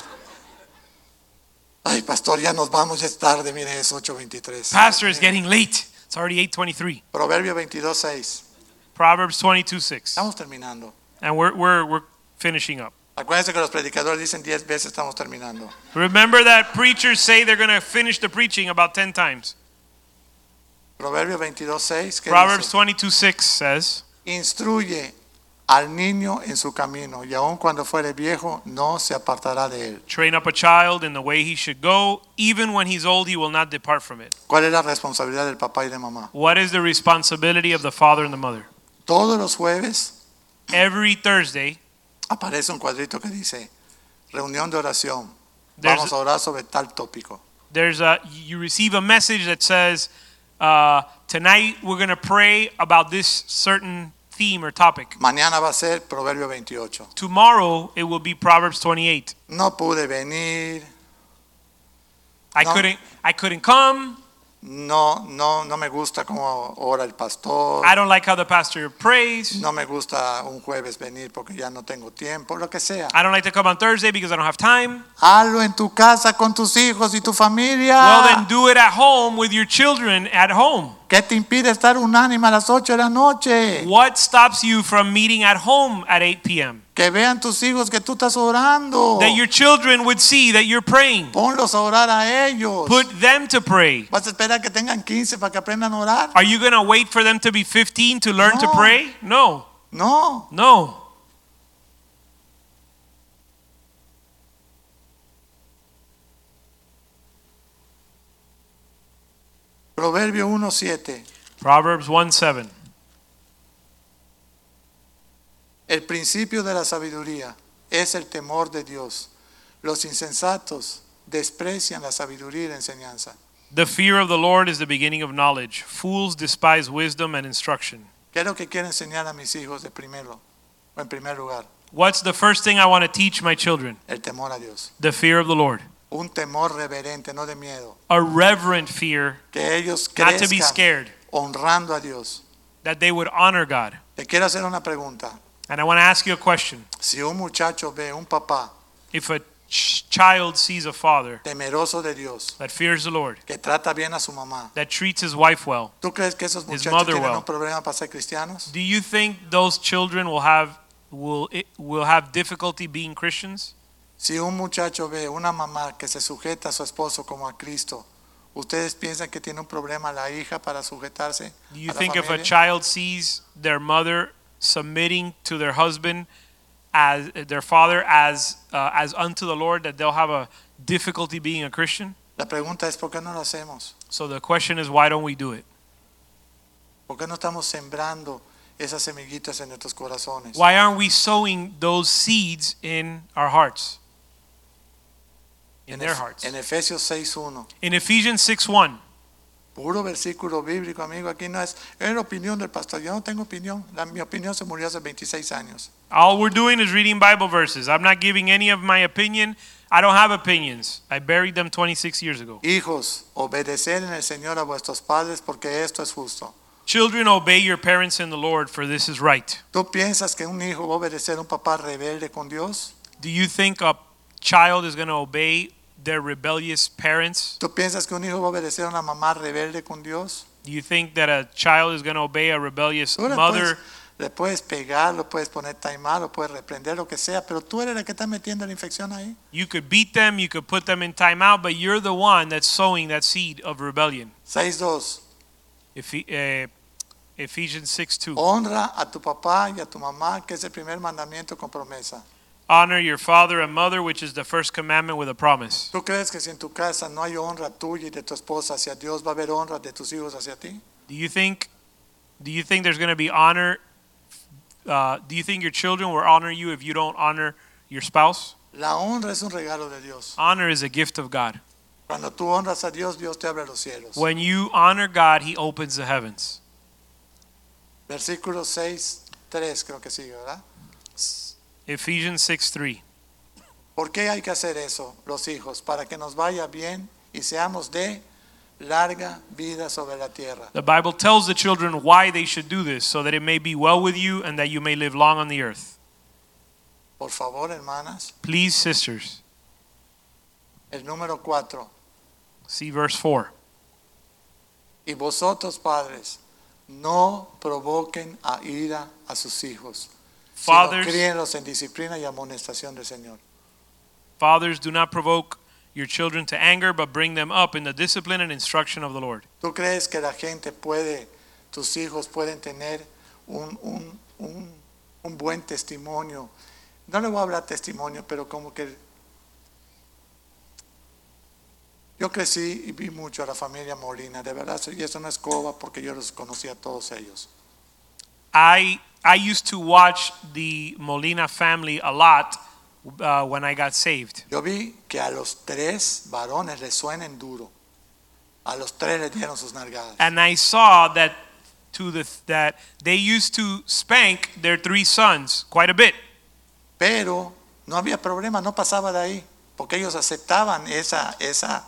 Ay, pastor, ya nos vamos, ya es tarde, mire, es 8:23. Pastor, it's getting late. It's already 823. Proverbio 22:6. Proverbs 22 6. Estamos terminando. And we're, we're, we're finishing up. Acuérdense que los predicadores dicen 10 veces estamos terminando. Remember that preachers say they're going to finish the preaching about 10 times. Proverbio 22:6 que Proverbs dice, 22 6 says, instruye al niño en su camino y aun cuando fuere viejo no se apartará de él. Train up a child in the way he should go. Even when he's old, he will not depart from it. ¿Cuál es la responsabilidad del papá y de mamá? What is the responsibility of the father and the mother? Todos los jueves Every Thursday, aparece un cuadrito que dice reunión de oración. there's, Vamos a orar sobre tal tópico. there's a, you receive a message that says, uh, Tonight we're going to pray about this certain theme or topic. Mañana va a ser Proverbio 28. Tomorrow it will be Proverbs 28. No pude venir, I No. couldn't I couldn't come. no, no, no me gusta cómo ora el pastor, I don't like how the pastor prays. no me gusta un jueves venir porque ya no tengo tiempo, lo que sea. I don't like to come on Thursday because I don't have time. Hazlo en tu casa con tus hijos y tu familia. Well, then do it at home with your children at home. ¿Qué te impide estar unánime a las 8 de la noche? What stops you from meeting at home at 8 p.m.? Que vean tus hijos que tú estás orando. That your children would see that you're praying. Ponlos a orar a ellos. Put them to pray. ¿Vas a esperar que tengan 15 para que aprendan a orar? Are you going to wait for them to be 15 to learn to No. pray? No. No, No. Proverbio 1.7. Proverbs 1 7. El principio de la sabiduría es el temor de Dios. Los insensatos desprecian la sabiduría y la enseñanza. The fear of the Lord is the beginning of knowledge. Fools despise wisdom and instruction. ¿Qué es lo que quiero enseñar a mis hijos de primero? o En primer lugar, What's the first thing I want to teach my children? el temor a Dios. The fear of the Lord. Un temor reverente, no de miedo. A reverent fear, Que ellos not to be crezcan scared, honrando a Dios. that they would honor God. Te quiero hacer una pregunta. And I want to ask you a question. Si un muchacho ve un papá If a ch- child sees a father temeroso de Dios, that fears the Lord, que trata bien a su mamá, that treats his wife well, ¿tú crees que esos muchachos mother tienen well. un problema para ser cristianos? do you think those children will have will it, will have difficulty being Christians? Si un muchacho ve una mamá que se sujeta a su esposo como a Cristo, ¿ustedes piensan que tiene un problema la hija para sujetarse? Do you a la think if a familia? child sees their mother submitting to their husband as their father as uh, as unto the Lord that they'll have a difficulty being a Christian? La pregunta es, ¿por qué no lo hacemos? So the question is why don't we do it? ¿Por qué no estamos sembrando esas semillitas en nuestros corazones? Why aren't we sowing those seeds in our hearts? In en, their Ef- hearts. en Efesios 6.1, In Ephesians 6:1, puro versículo bíblico, amigo, aquí no es, es la opinión del pastor, yo no tengo opinión, La- mi opinión se murió hace 26 años. all we're doing is reading Bible verses. I'm not giving any of my opinion. I don't have opinions. I buried them 26 years ago. Hijos, obedecer en el Señor a vuestros padres porque esto es justo. Children obey your parents in the Lord for this is right. ¿Tú piensas que un hijo va a obedecer a un papá rebelde con Dios? Do you think a child is going to obey their rebellious parents? ¿Tú piensas que un hijo va a obedecer a una mamá rebelde con Dios? Do you think that a child is going to obey a rebellious Tú le mother? puedes, pues, le puedes pegar, lo puedes poner taimado, lo puedes reprender, lo que sea, pero tú eres la que está metiendo la infección ahí. You could beat them, you could put them in timeout, but you're the one that's sowing that seed of rebellion. 6.2. Ephe- eh, Ephesians 6 2. Honra a tu papá y a tu mamá, que es el primer mandamiento con promesa. Honor your father and mother, which is the first commandment with a promise. ¿Tú crees que si en tu casa no hay honra tuya y de tu esposa hacia Dios, va a haber honra de tus hijos hacia ti? Do you think do you think there's going to be honor uh, do you think your children will honor you if you don't honor your spouse? La honra es un regalo de Dios. Honor is a gift of God. Cuando tú honras a Dios, Dios te abre los cielos. When you honor God, He opens the heavens. Versículo 6.3 creo que sigue, ¿verdad? Ephesians 6 3. ¿Por qué hay que hacer eso, los hijos? Para que nos vaya bien y seamos de larga vida sobre la tierra. The Bible tells the children why they should do this, so that it may be well with you and that you may live long on the earth. Por favor, hermanas, Please, sisters, el número 4. see verse 4. Y vosotros, padres, no provoquen a ira a sus hijos, sino Fathers, críenlos en disciplina y amonestación del Señor. fathers, do not provoke your children to anger, but bring them up in the discipline and instruction of the Lord. ¿Tú crees que la gente puede, tus hijos pueden tener un, un- un- un buen testimonio? No le voy a hablar testimonio, pero como que... Yo crecí y vi mucho a la familia Molina, de verdad, y eso no es coba porque yo los conocí a todos ellos. I I used to watch the Molina family a lot uh, when I got saved. Yo vi que a los tres varones les suenen duro. A los tres les dieron sus nalgadas. and I saw that to the that they used to spank their three sons quite a bit, Pero no había problema, no pasaba de ahí, porque ellos aceptaban esa, esa,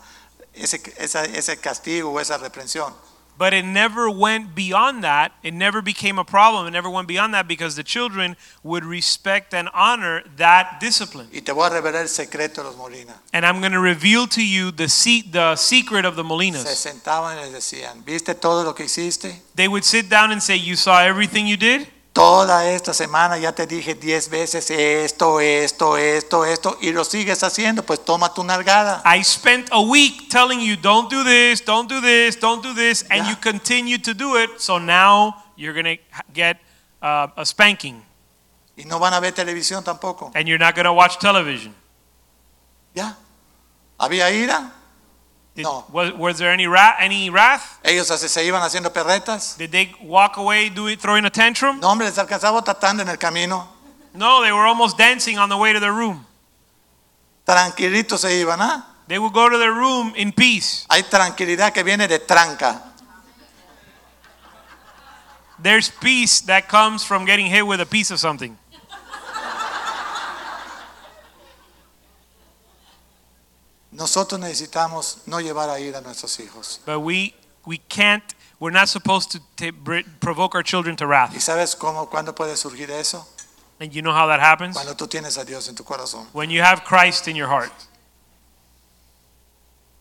ese, esa- ese castigo o esa reprensión. but it never went beyond that. It never became a problem. It never went beyond that because the children would respect and honor that discipline. Y te voy a revelar el secreto de los Molina. And I'm going to reveal to you the se- the secret of the Se Molinas. sentaban y les decían, ¿viste todo lo que hiciste? They would sit down and say, "You saw everything you did." Toda esta semana ya te dije diez veces esto, esto, esto, esto, y lo sigues haciendo, pues toma tu nalgada. I spent a week telling you, "Don't do this, don't do this, don't do this," and Yeah. you continue to do it. So now you're going to get uh, a spanking. Y no van a ver televisión tampoco. and you're not going to watch television. ¿Ya? ¿Había ira? Did, No. Was, was there any wrath? Any wrath? Ellos así se iban haciendo perretas. Did they walk away doing throwing a tantrum? No, hombre, les alcanzaba tratando en el camino. No, they were almost dancing on the way to their room. Tranquilitos se iban, ¿ah? They would go to their room in peace. Hay tranquilidad que viene de tranca. There's peace that comes from getting hit with a piece of something. Nosotros necesitamos no llevar a ir a nuestros hijos. But we we can't. We're not supposed to t- br- provoke our children to ¿Y wrath. sabes cómo, cuándo puede surgir eso? And you know how that happens Cuando tú tienes a Dios en tu corazón. when you have Christ in your heart.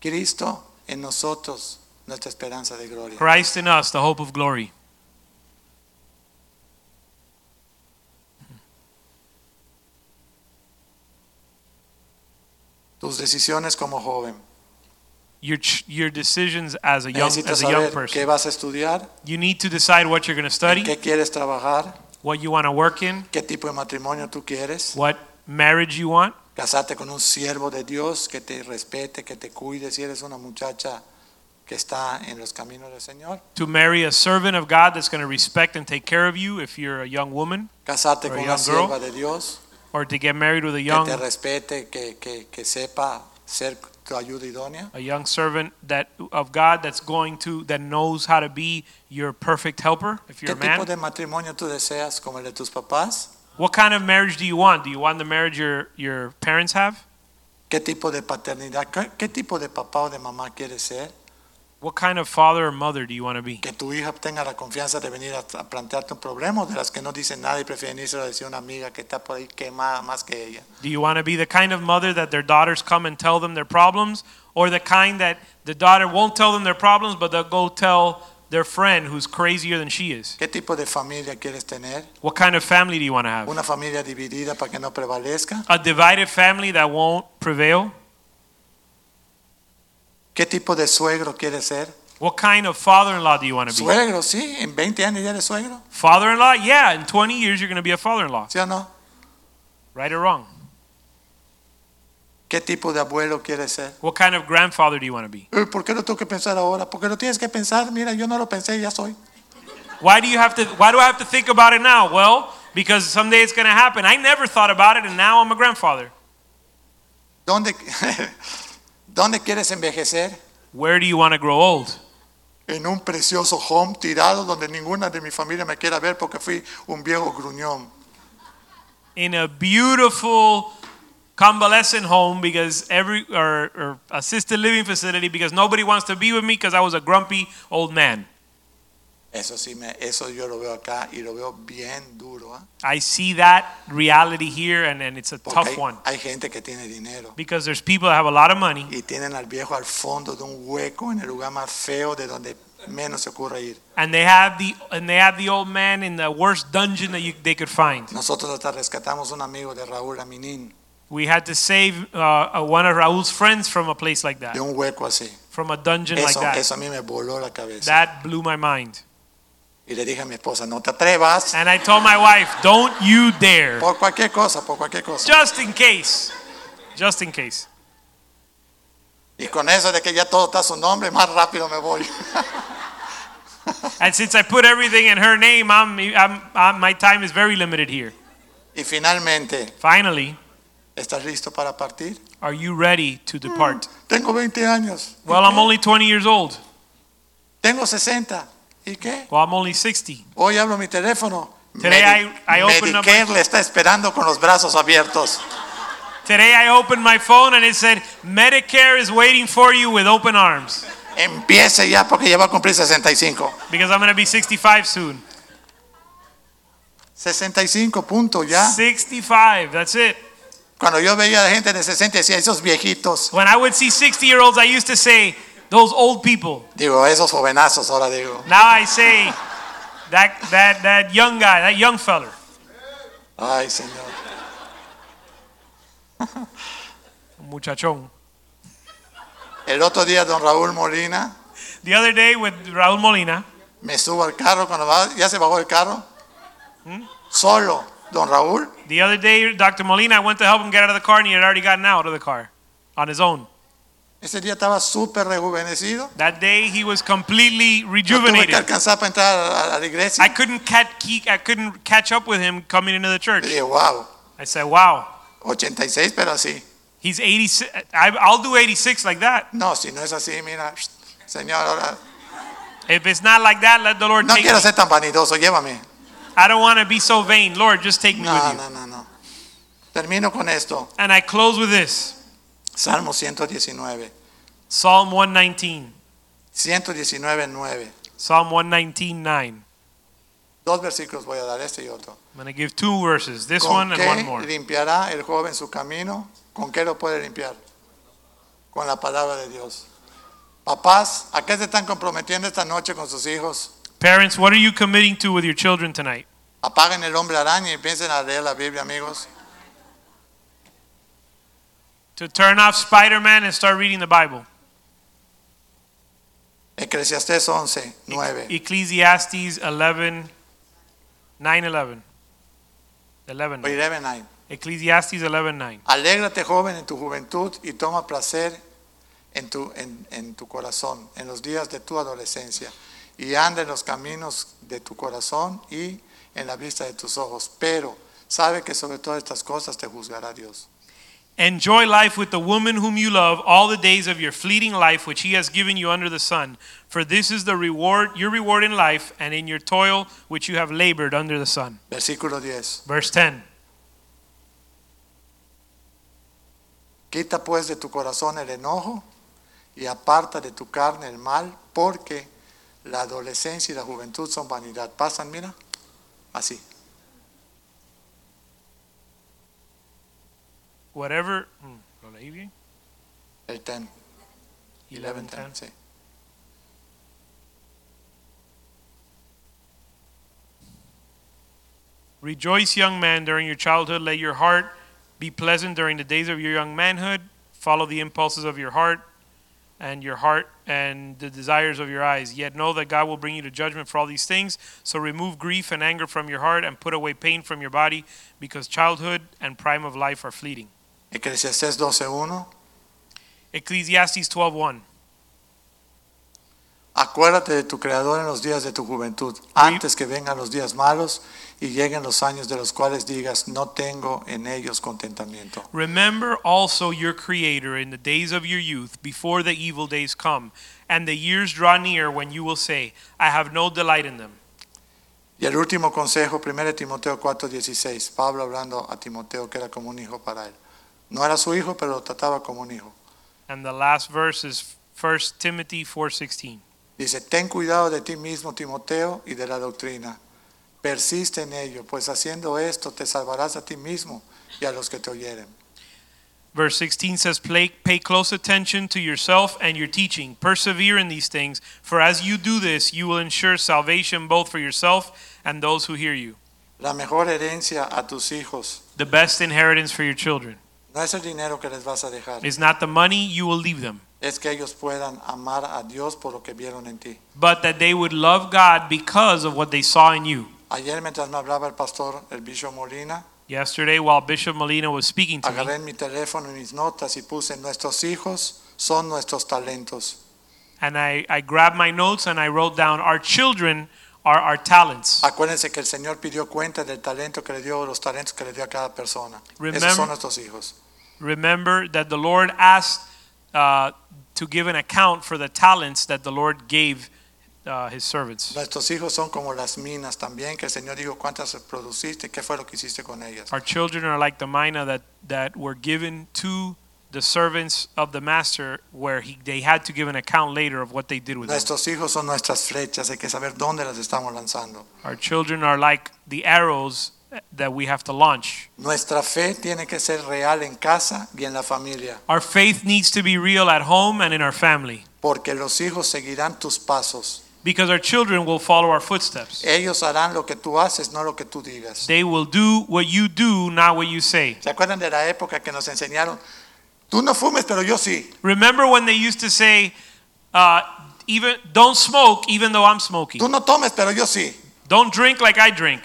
Cristo en nosotros, nuestra esperanza de gloria. Christ in us, the hope of glory. Tus decisiones como joven. Your ch- your decisions as a young Necesitas as a young saber qué person. vas a estudiar, You need to decide what you're going to study, qué quieres trabajar, what you want to work in, qué tipo de matrimonio tú quieres. what marriage you want. Casarte con un siervo de Dios que te respete, que te cuide si eres una muchacha que está en los caminos del Señor. to marry a servant of God that's going to respect and take care of you if you're a young woman, Casarte Or con a una young girl. sierva de Dios or to get married with a que te young respete, que, que, que sepa ser tu ayuda idónea. a young servant that of God that's going to that knows how to be your perfect helper if you're ¿Qué a tipo man. de matrimonio tú deseas como el de tus papás? What kind of marriage do you want? Do you want the marriage your your parents have? ¿Qué tipo de paternidad? ¿Qué, qué tipo de papá o de mamá quieres ser? What kind of father or mother do you want to be? Que tu hija tenga la confianza de venir a, a plantearte un problema o de las que no dicen nada y prefieren irse a decir a una amiga que está por ahí quemada más que ella. Do you want to be the kind of mother that their daughters come and tell them their problems or the kind that the daughter won't tell them their problems but they'll go tell their friend who's crazier than she is? ¿Qué tipo de familia quieres tener? What kind of family do you want to have? ¿Una familia dividida para que no prevalezca? a divided family that won't prevail? ¿Qué tipo de suegro quieres ser? What kind of father-in-law do you want to be? Suegro, sí, en 20 años ya eres suegro, Father-in-law? Yeah, in 20 years you're going to be a father-in-law, ¿sí o no? right or wrong. ¿Qué tipo de abuelo quieres ser? What kind of grandfather do you want to be? Eh, ¿Por qué lo tengo que pensar ahora? Porque lo tienes que pensar, mira, yo no lo pensé, ya soy. Why do you have to why do I have to think about it now? Well, because someday it's going to happen. I never thought about it and now I'm a grandfather. ¿Dónde, *laughs* ¿Dónde quieres envejecer? Where do you want to grow old? en un precioso home tirado donde ninguna de mi familia me quiera ver porque fui un viejo gruñón. In a beautiful convalescent home because every or, or assisted living facility because nobody wants to be with me because I was a grumpy old man. Eso sí, me, eso yo lo veo acá y lo veo bien duro, ¿ah? I see that reality here, and, and it's a porque tough hay, one hay gente que tiene dinero because there's people that have a lot of money y tienen al viejo al fondo de un hueco en el lugar más feo de donde menos se ocurre ir. and they have the and they have the old man in the worst dungeon that you, they could find. Nosotros hasta rescatamos un amigo de Raúl Aminín We had to save uh, uh, one of Raúl's friends from a place like that, de un hueco así. from a dungeon like Eso, that. eso a mí me voló la cabeza. That blew my mind. y le dije a mi esposa, no te atrevas And I told my wife, "Don't you dare!" por cualquier cosa, por cualquier cosa. Just in case, just in case. Y con eso de que ya todo está a su nombre, más rápido me voy. And since I put everything in her name, I'm, I'm, I'm my time is very limited here. y finalmente, Finally, ¿Estás listo para partir? are you ready to depart? Tengo 20 años. Well, I'm only 20 years old. Tengo 60. ¿Y qué? Well, I'm only 60. Hoy hablo mi teléfono. Today I- I opened up my- Medicare le está esperando con los brazos abiertos. Today I opened my phone and it said, Medicare is waiting for you with open arms Empiece ya porque ya va a cumplir 65. because I'm going to be 65 soon. 65 puntos ya. 65, that's it. Cuando yo veía a la gente de 60 decía, esos viejitos. When I would see 60 year olds, I used to say, those old people. Digo, esos jovenazos ahora digo. Now I say, that, that, that young guy, that young feller. Ay, Señor. Muchachón. El otro día don Raúl Molina The other day with Raul Molina, me subo al carro cuando va- ya se bajó el carro. Solo, don Raúl. the other day, Dr. Molina, I went to help him get out of the car and he had already gotten out of the car on his own. Ese día estaba súper rejuvenecido. That day he was completely Yo tuve que rejuvenated. alcanzar para entrar a a la I iglesia. couldn't catch I couldn't catch up with him coming into the Y church. dije, wow, I said, "Wow, 86, pero así. he's 86. I, I'll do 86 like that." No, si no es así, mira, señor, ahora If it's not like that, let the Lord No take quiero me. ser tan vanidoso, llévame. I don't want to be so vain. Lord, just take me No, with you. no, no, no. Termino con esto. And I close with this Salmo 119. Psalm 119. 119, 9. Psalm 119, 9. Dos versículos voy a dar, este y otro. I'm going to give two verses this ¿Con one and one qué more. limpiará el joven su camino? ¿Con qué lo puede limpiar? Con la palabra de Dios. Papás, ¿a qué se están comprometiendo esta noche con sus hijos? Parents, what are you committing to with your children tonight? Apaguen el hombre araña y piensen a leer la Biblia, amigos. To turn off Spider Man and start reading the Bible. Eclesiastés 11, 9. Ecclesiastes 11, 9 11. 11. Or 11, 9. Ecclesiastes 11, 9. Alégrate joven en tu juventud y toma placer en tu, en, en tu corazón, en los días de tu adolescencia. Y anda en los caminos de tu corazón y en la vista de tus ojos. Pero sabe que sobre todas estas cosas te juzgará Dios. Enjoy life with the woman whom you love all the days of your fleeting life which he has given you under the sun. For this is the reward, your reward in life and in your toil which you have labored under the sun. Versículo 10. Verse 10. Quita pues de tu corazón el enojo y aparta de tu carne el mal, porque la adolescencia y la juventud son vanidad. Pasan, mira, así. Whatever. hmm, ¿lo leí bien? El ten. 11, 10, sí. Rejoice, young man, during your childhood. Let your heart be pleasant during the days of your young manhood. Follow the impulses of your heart and your heart and the desires of your eyes. Yet know that God will bring you to judgment for all these things. So remove grief and anger from your heart and put away pain from your body, because childhood and prime of life are fleeting. Eclesiastés 12.1. Ecclesiastes 12:1. Acuérdate de tu Creador en los días de tu juventud, antes que vengan los días malos y lleguen los años de los cuales digas, no tengo en ellos contentamiento. Remember also your Creator in the days of your youth, before the evil days come, and the years draw near when you will say, I have no delight in them. Y el último consejo, 1 Timoteo 4:16, Pablo hablando a Timoteo que era como un hijo para él. No era su hijo, pero lo trataba como un hijo. And the last verse is 1 Timothy 4:16. Dice, ten cuidado de ti mismo, Timoteo, y de la doctrina. Persiste en ello, pues haciendo esto te salvarás a ti mismo y a los que te oyeren. Verse 16 says, "Pay, pay close attention to yourself and your teaching. Persevere in these things, for as you do this, you will ensure salvation both for yourself and those who hear you. La mejor herencia a tus hijos The best inheritance for your children no es el dinero que les vas a dejar. is not the money you will leave them, es que ellos puedan amar a Dios por lo que vieron en ti. but that they would love God because of what they saw in you." Ayer mientras me hablaba el pastor, el bicho Molina, Yesterday, while Bishop Molina was speaking to me, agarré en mi teléfono y mis notas y puse, nuestros hijos son nuestros talentos. and I, I grabbed my notes and I wrote down, "Our children are our talents." Acuérdense que el Señor pidió cuenta del talento que le dio, los talentos que le dio a cada persona. Esos Remember- son nuestros hijos. remember that the Lord asked uh, to give an account for the talents that the Lord gave uh, his servants. Nuestros hijos son como las minas también, que el Señor dijo cuántas produciste, qué fue lo que hiciste con ellas. Our children are like the mina that, that were given to the servants of the master, where he, they had to give an account later of what they did with them. Nuestros hijos son nuestras flechas, hay que saber dónde las estamos lanzando. Our children are like the arrows that we have to launch. Nuestra fe tiene que ser real en casa y en la familia. Our faith needs to be real at home and in our family, porque los hijos seguirán tus pasos. because our children will follow our footsteps. Ellos harán lo que tú haces, no lo que tú digas. They will do what you do, not what you say. ¿Se acuerdan de la época que nos enseñaron? Tú no fumes, pero yo sí. Remember when they used to say, uh, "Even don't smoke, even though I'm smoking. Tú no tomes, pero yo sí. Don't drink like I drink."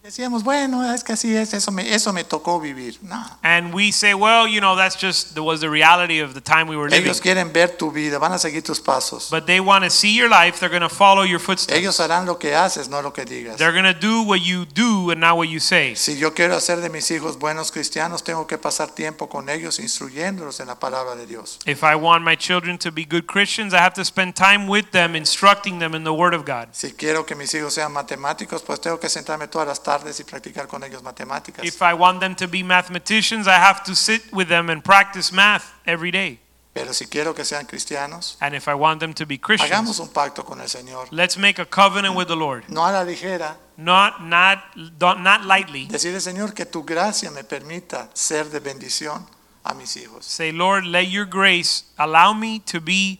Decíamos, bueno, es que así es, eso me, eso me tocó vivir. No. And we say, well, you know, that's just the, was the reality of the time we were living. Ellos quieren ver tu vida, van a seguir tus pasos. But they want to see your life. They're going to follow your footsteps. Ellos harán lo que haces, no lo que digas. They're going to do what you do and not what you say. Si yo quiero hacer de mis hijos buenos cristianos, tengo que pasar tiempo con ellos instruyéndolos en la palabra de Dios. If I want my children to be good Christians, I have to spend time with them, instructing them in the Word of God. Si quiero que mis hijos sean matemáticos, pues tengo que sentarme todas las tardes y practicar con ellos matemáticas. If I want them to be mathematicians, I have to sit with them and practice math every day. Pero si quiero que sean cristianos, And if I want them to be Christians, hagamos un pacto con el Señor. let's make a covenant with the Lord. No a la ligera, Not not don't- not lightly. decirle Señor que tu gracia me permita ser de bendición a mis hijos. Say, Lord, let your grace allow me to be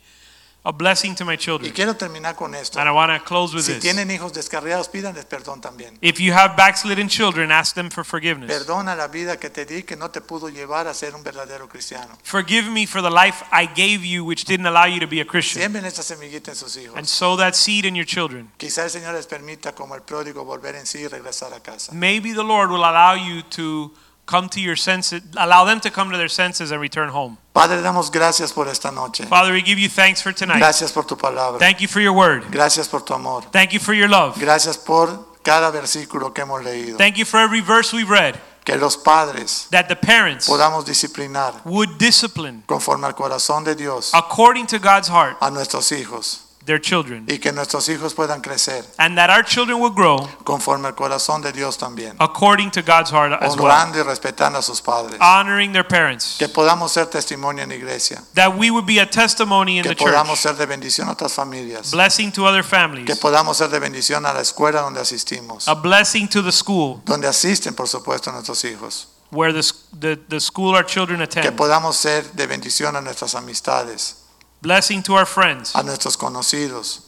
a blessing to my Y children. quiero terminar con esto. And I want to close with Si this. tienen hijos descarriados, pídanles perdón también. If you have backslidden children, ask them for forgiveness. Perdona la vida que te di que no te pudo llevar a ser un verdadero cristiano. Forgive me for the life I gave you, which didn't allow you to be a Christian. Siembren esa semillita en sus And hijos. sow that seed in your children. Quizá el Señor les permita, como el pródigo, volver en sí y regresar a casa. Maybe the Lord will allow you to come to your senses, allow them to come to their senses and return home. Padre, damos gracias por esta noche. Father, we give you thanks for tonight. Gracias por tu palabra. Thank you for your word. Gracias por tu amor. Thank you for your love. Gracias por cada versículo que hemos leído. Thank you for every verse we've read Que los padres that the parents podamos disciplinar would discipline conforme al corazón de Dios according to God's heart a nuestros hijos their children y que nuestros hijos puedan crecer and that our children will grow conforme al corazón de Dios también, according to God's heart Ah, as well, Ah. honrando y respetando a sus padres. honoring their parents, Que podamos ser testimonio en la iglesia, that we would be a testimony in que the podamos ser church, de bendición a otras familias, blessing to other que families, podamos ser de bendición a la escuela donde asistimos, a blessing to the school donde asisten por supuesto nuestros hijos, where the, s- the, the school our children que attend, podamos ser de bendición a nuestras amistades, blessing to our friends, a nuestros conocidos,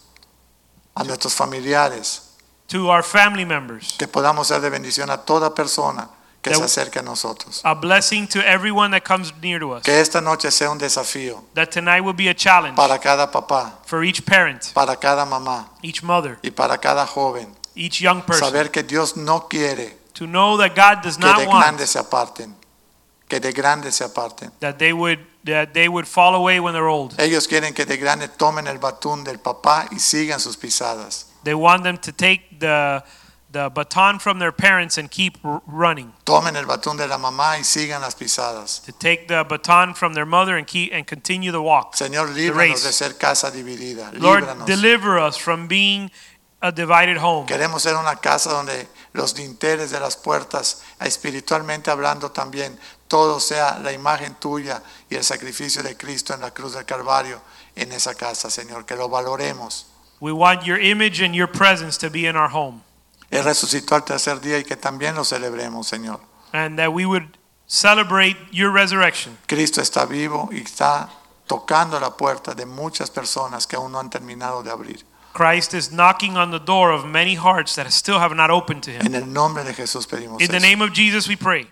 a nuestros familiares, to our family members, que podamos ser de bendición a toda persona que That- se acerque a nosotros. a blessing to everyone that comes near to us, Que esta noche sea un desafío that tonight will be a challenge para cada papá, for each parent, para cada mamá each mother, y para cada joven. each young person, Saber que Dios no quiere to know that God does que de not want grandes se aparten, que de grandes se aparten. that they would that they would fall away when they're old. Ellos quieren que de grandes tomen el batún del papá y sigan sus pisadas. They want them to take the the baton from their parents and keep r- running. Tomen el batún de la mamá y sigan las pisadas. To take the baton from their mother and keep and continue the walk. Señor, líbranos race. de ser casa dividida. Lord, Líbranos. deliver us from being a divided home. Queremos ser una casa donde los dinteles de las puertas, espiritualmente hablando también, todo sea la imagen tuya y el sacrificio de Cristo en la cruz del Calvario en esa casa, Señor, que lo valoremos. We want your image and your presence to be in our home, Él resucitó al tercer día y que también lo celebremos, Señor. and that we would celebrate your resurrection. Cristo está vivo y está tocando la puerta de muchas personas que aún no han terminado de abrir. Christ is knocking on the door of many hearts that still have not opened to him. En el nombre de Jesús pedimos In the eso. name of Jesus, we pray.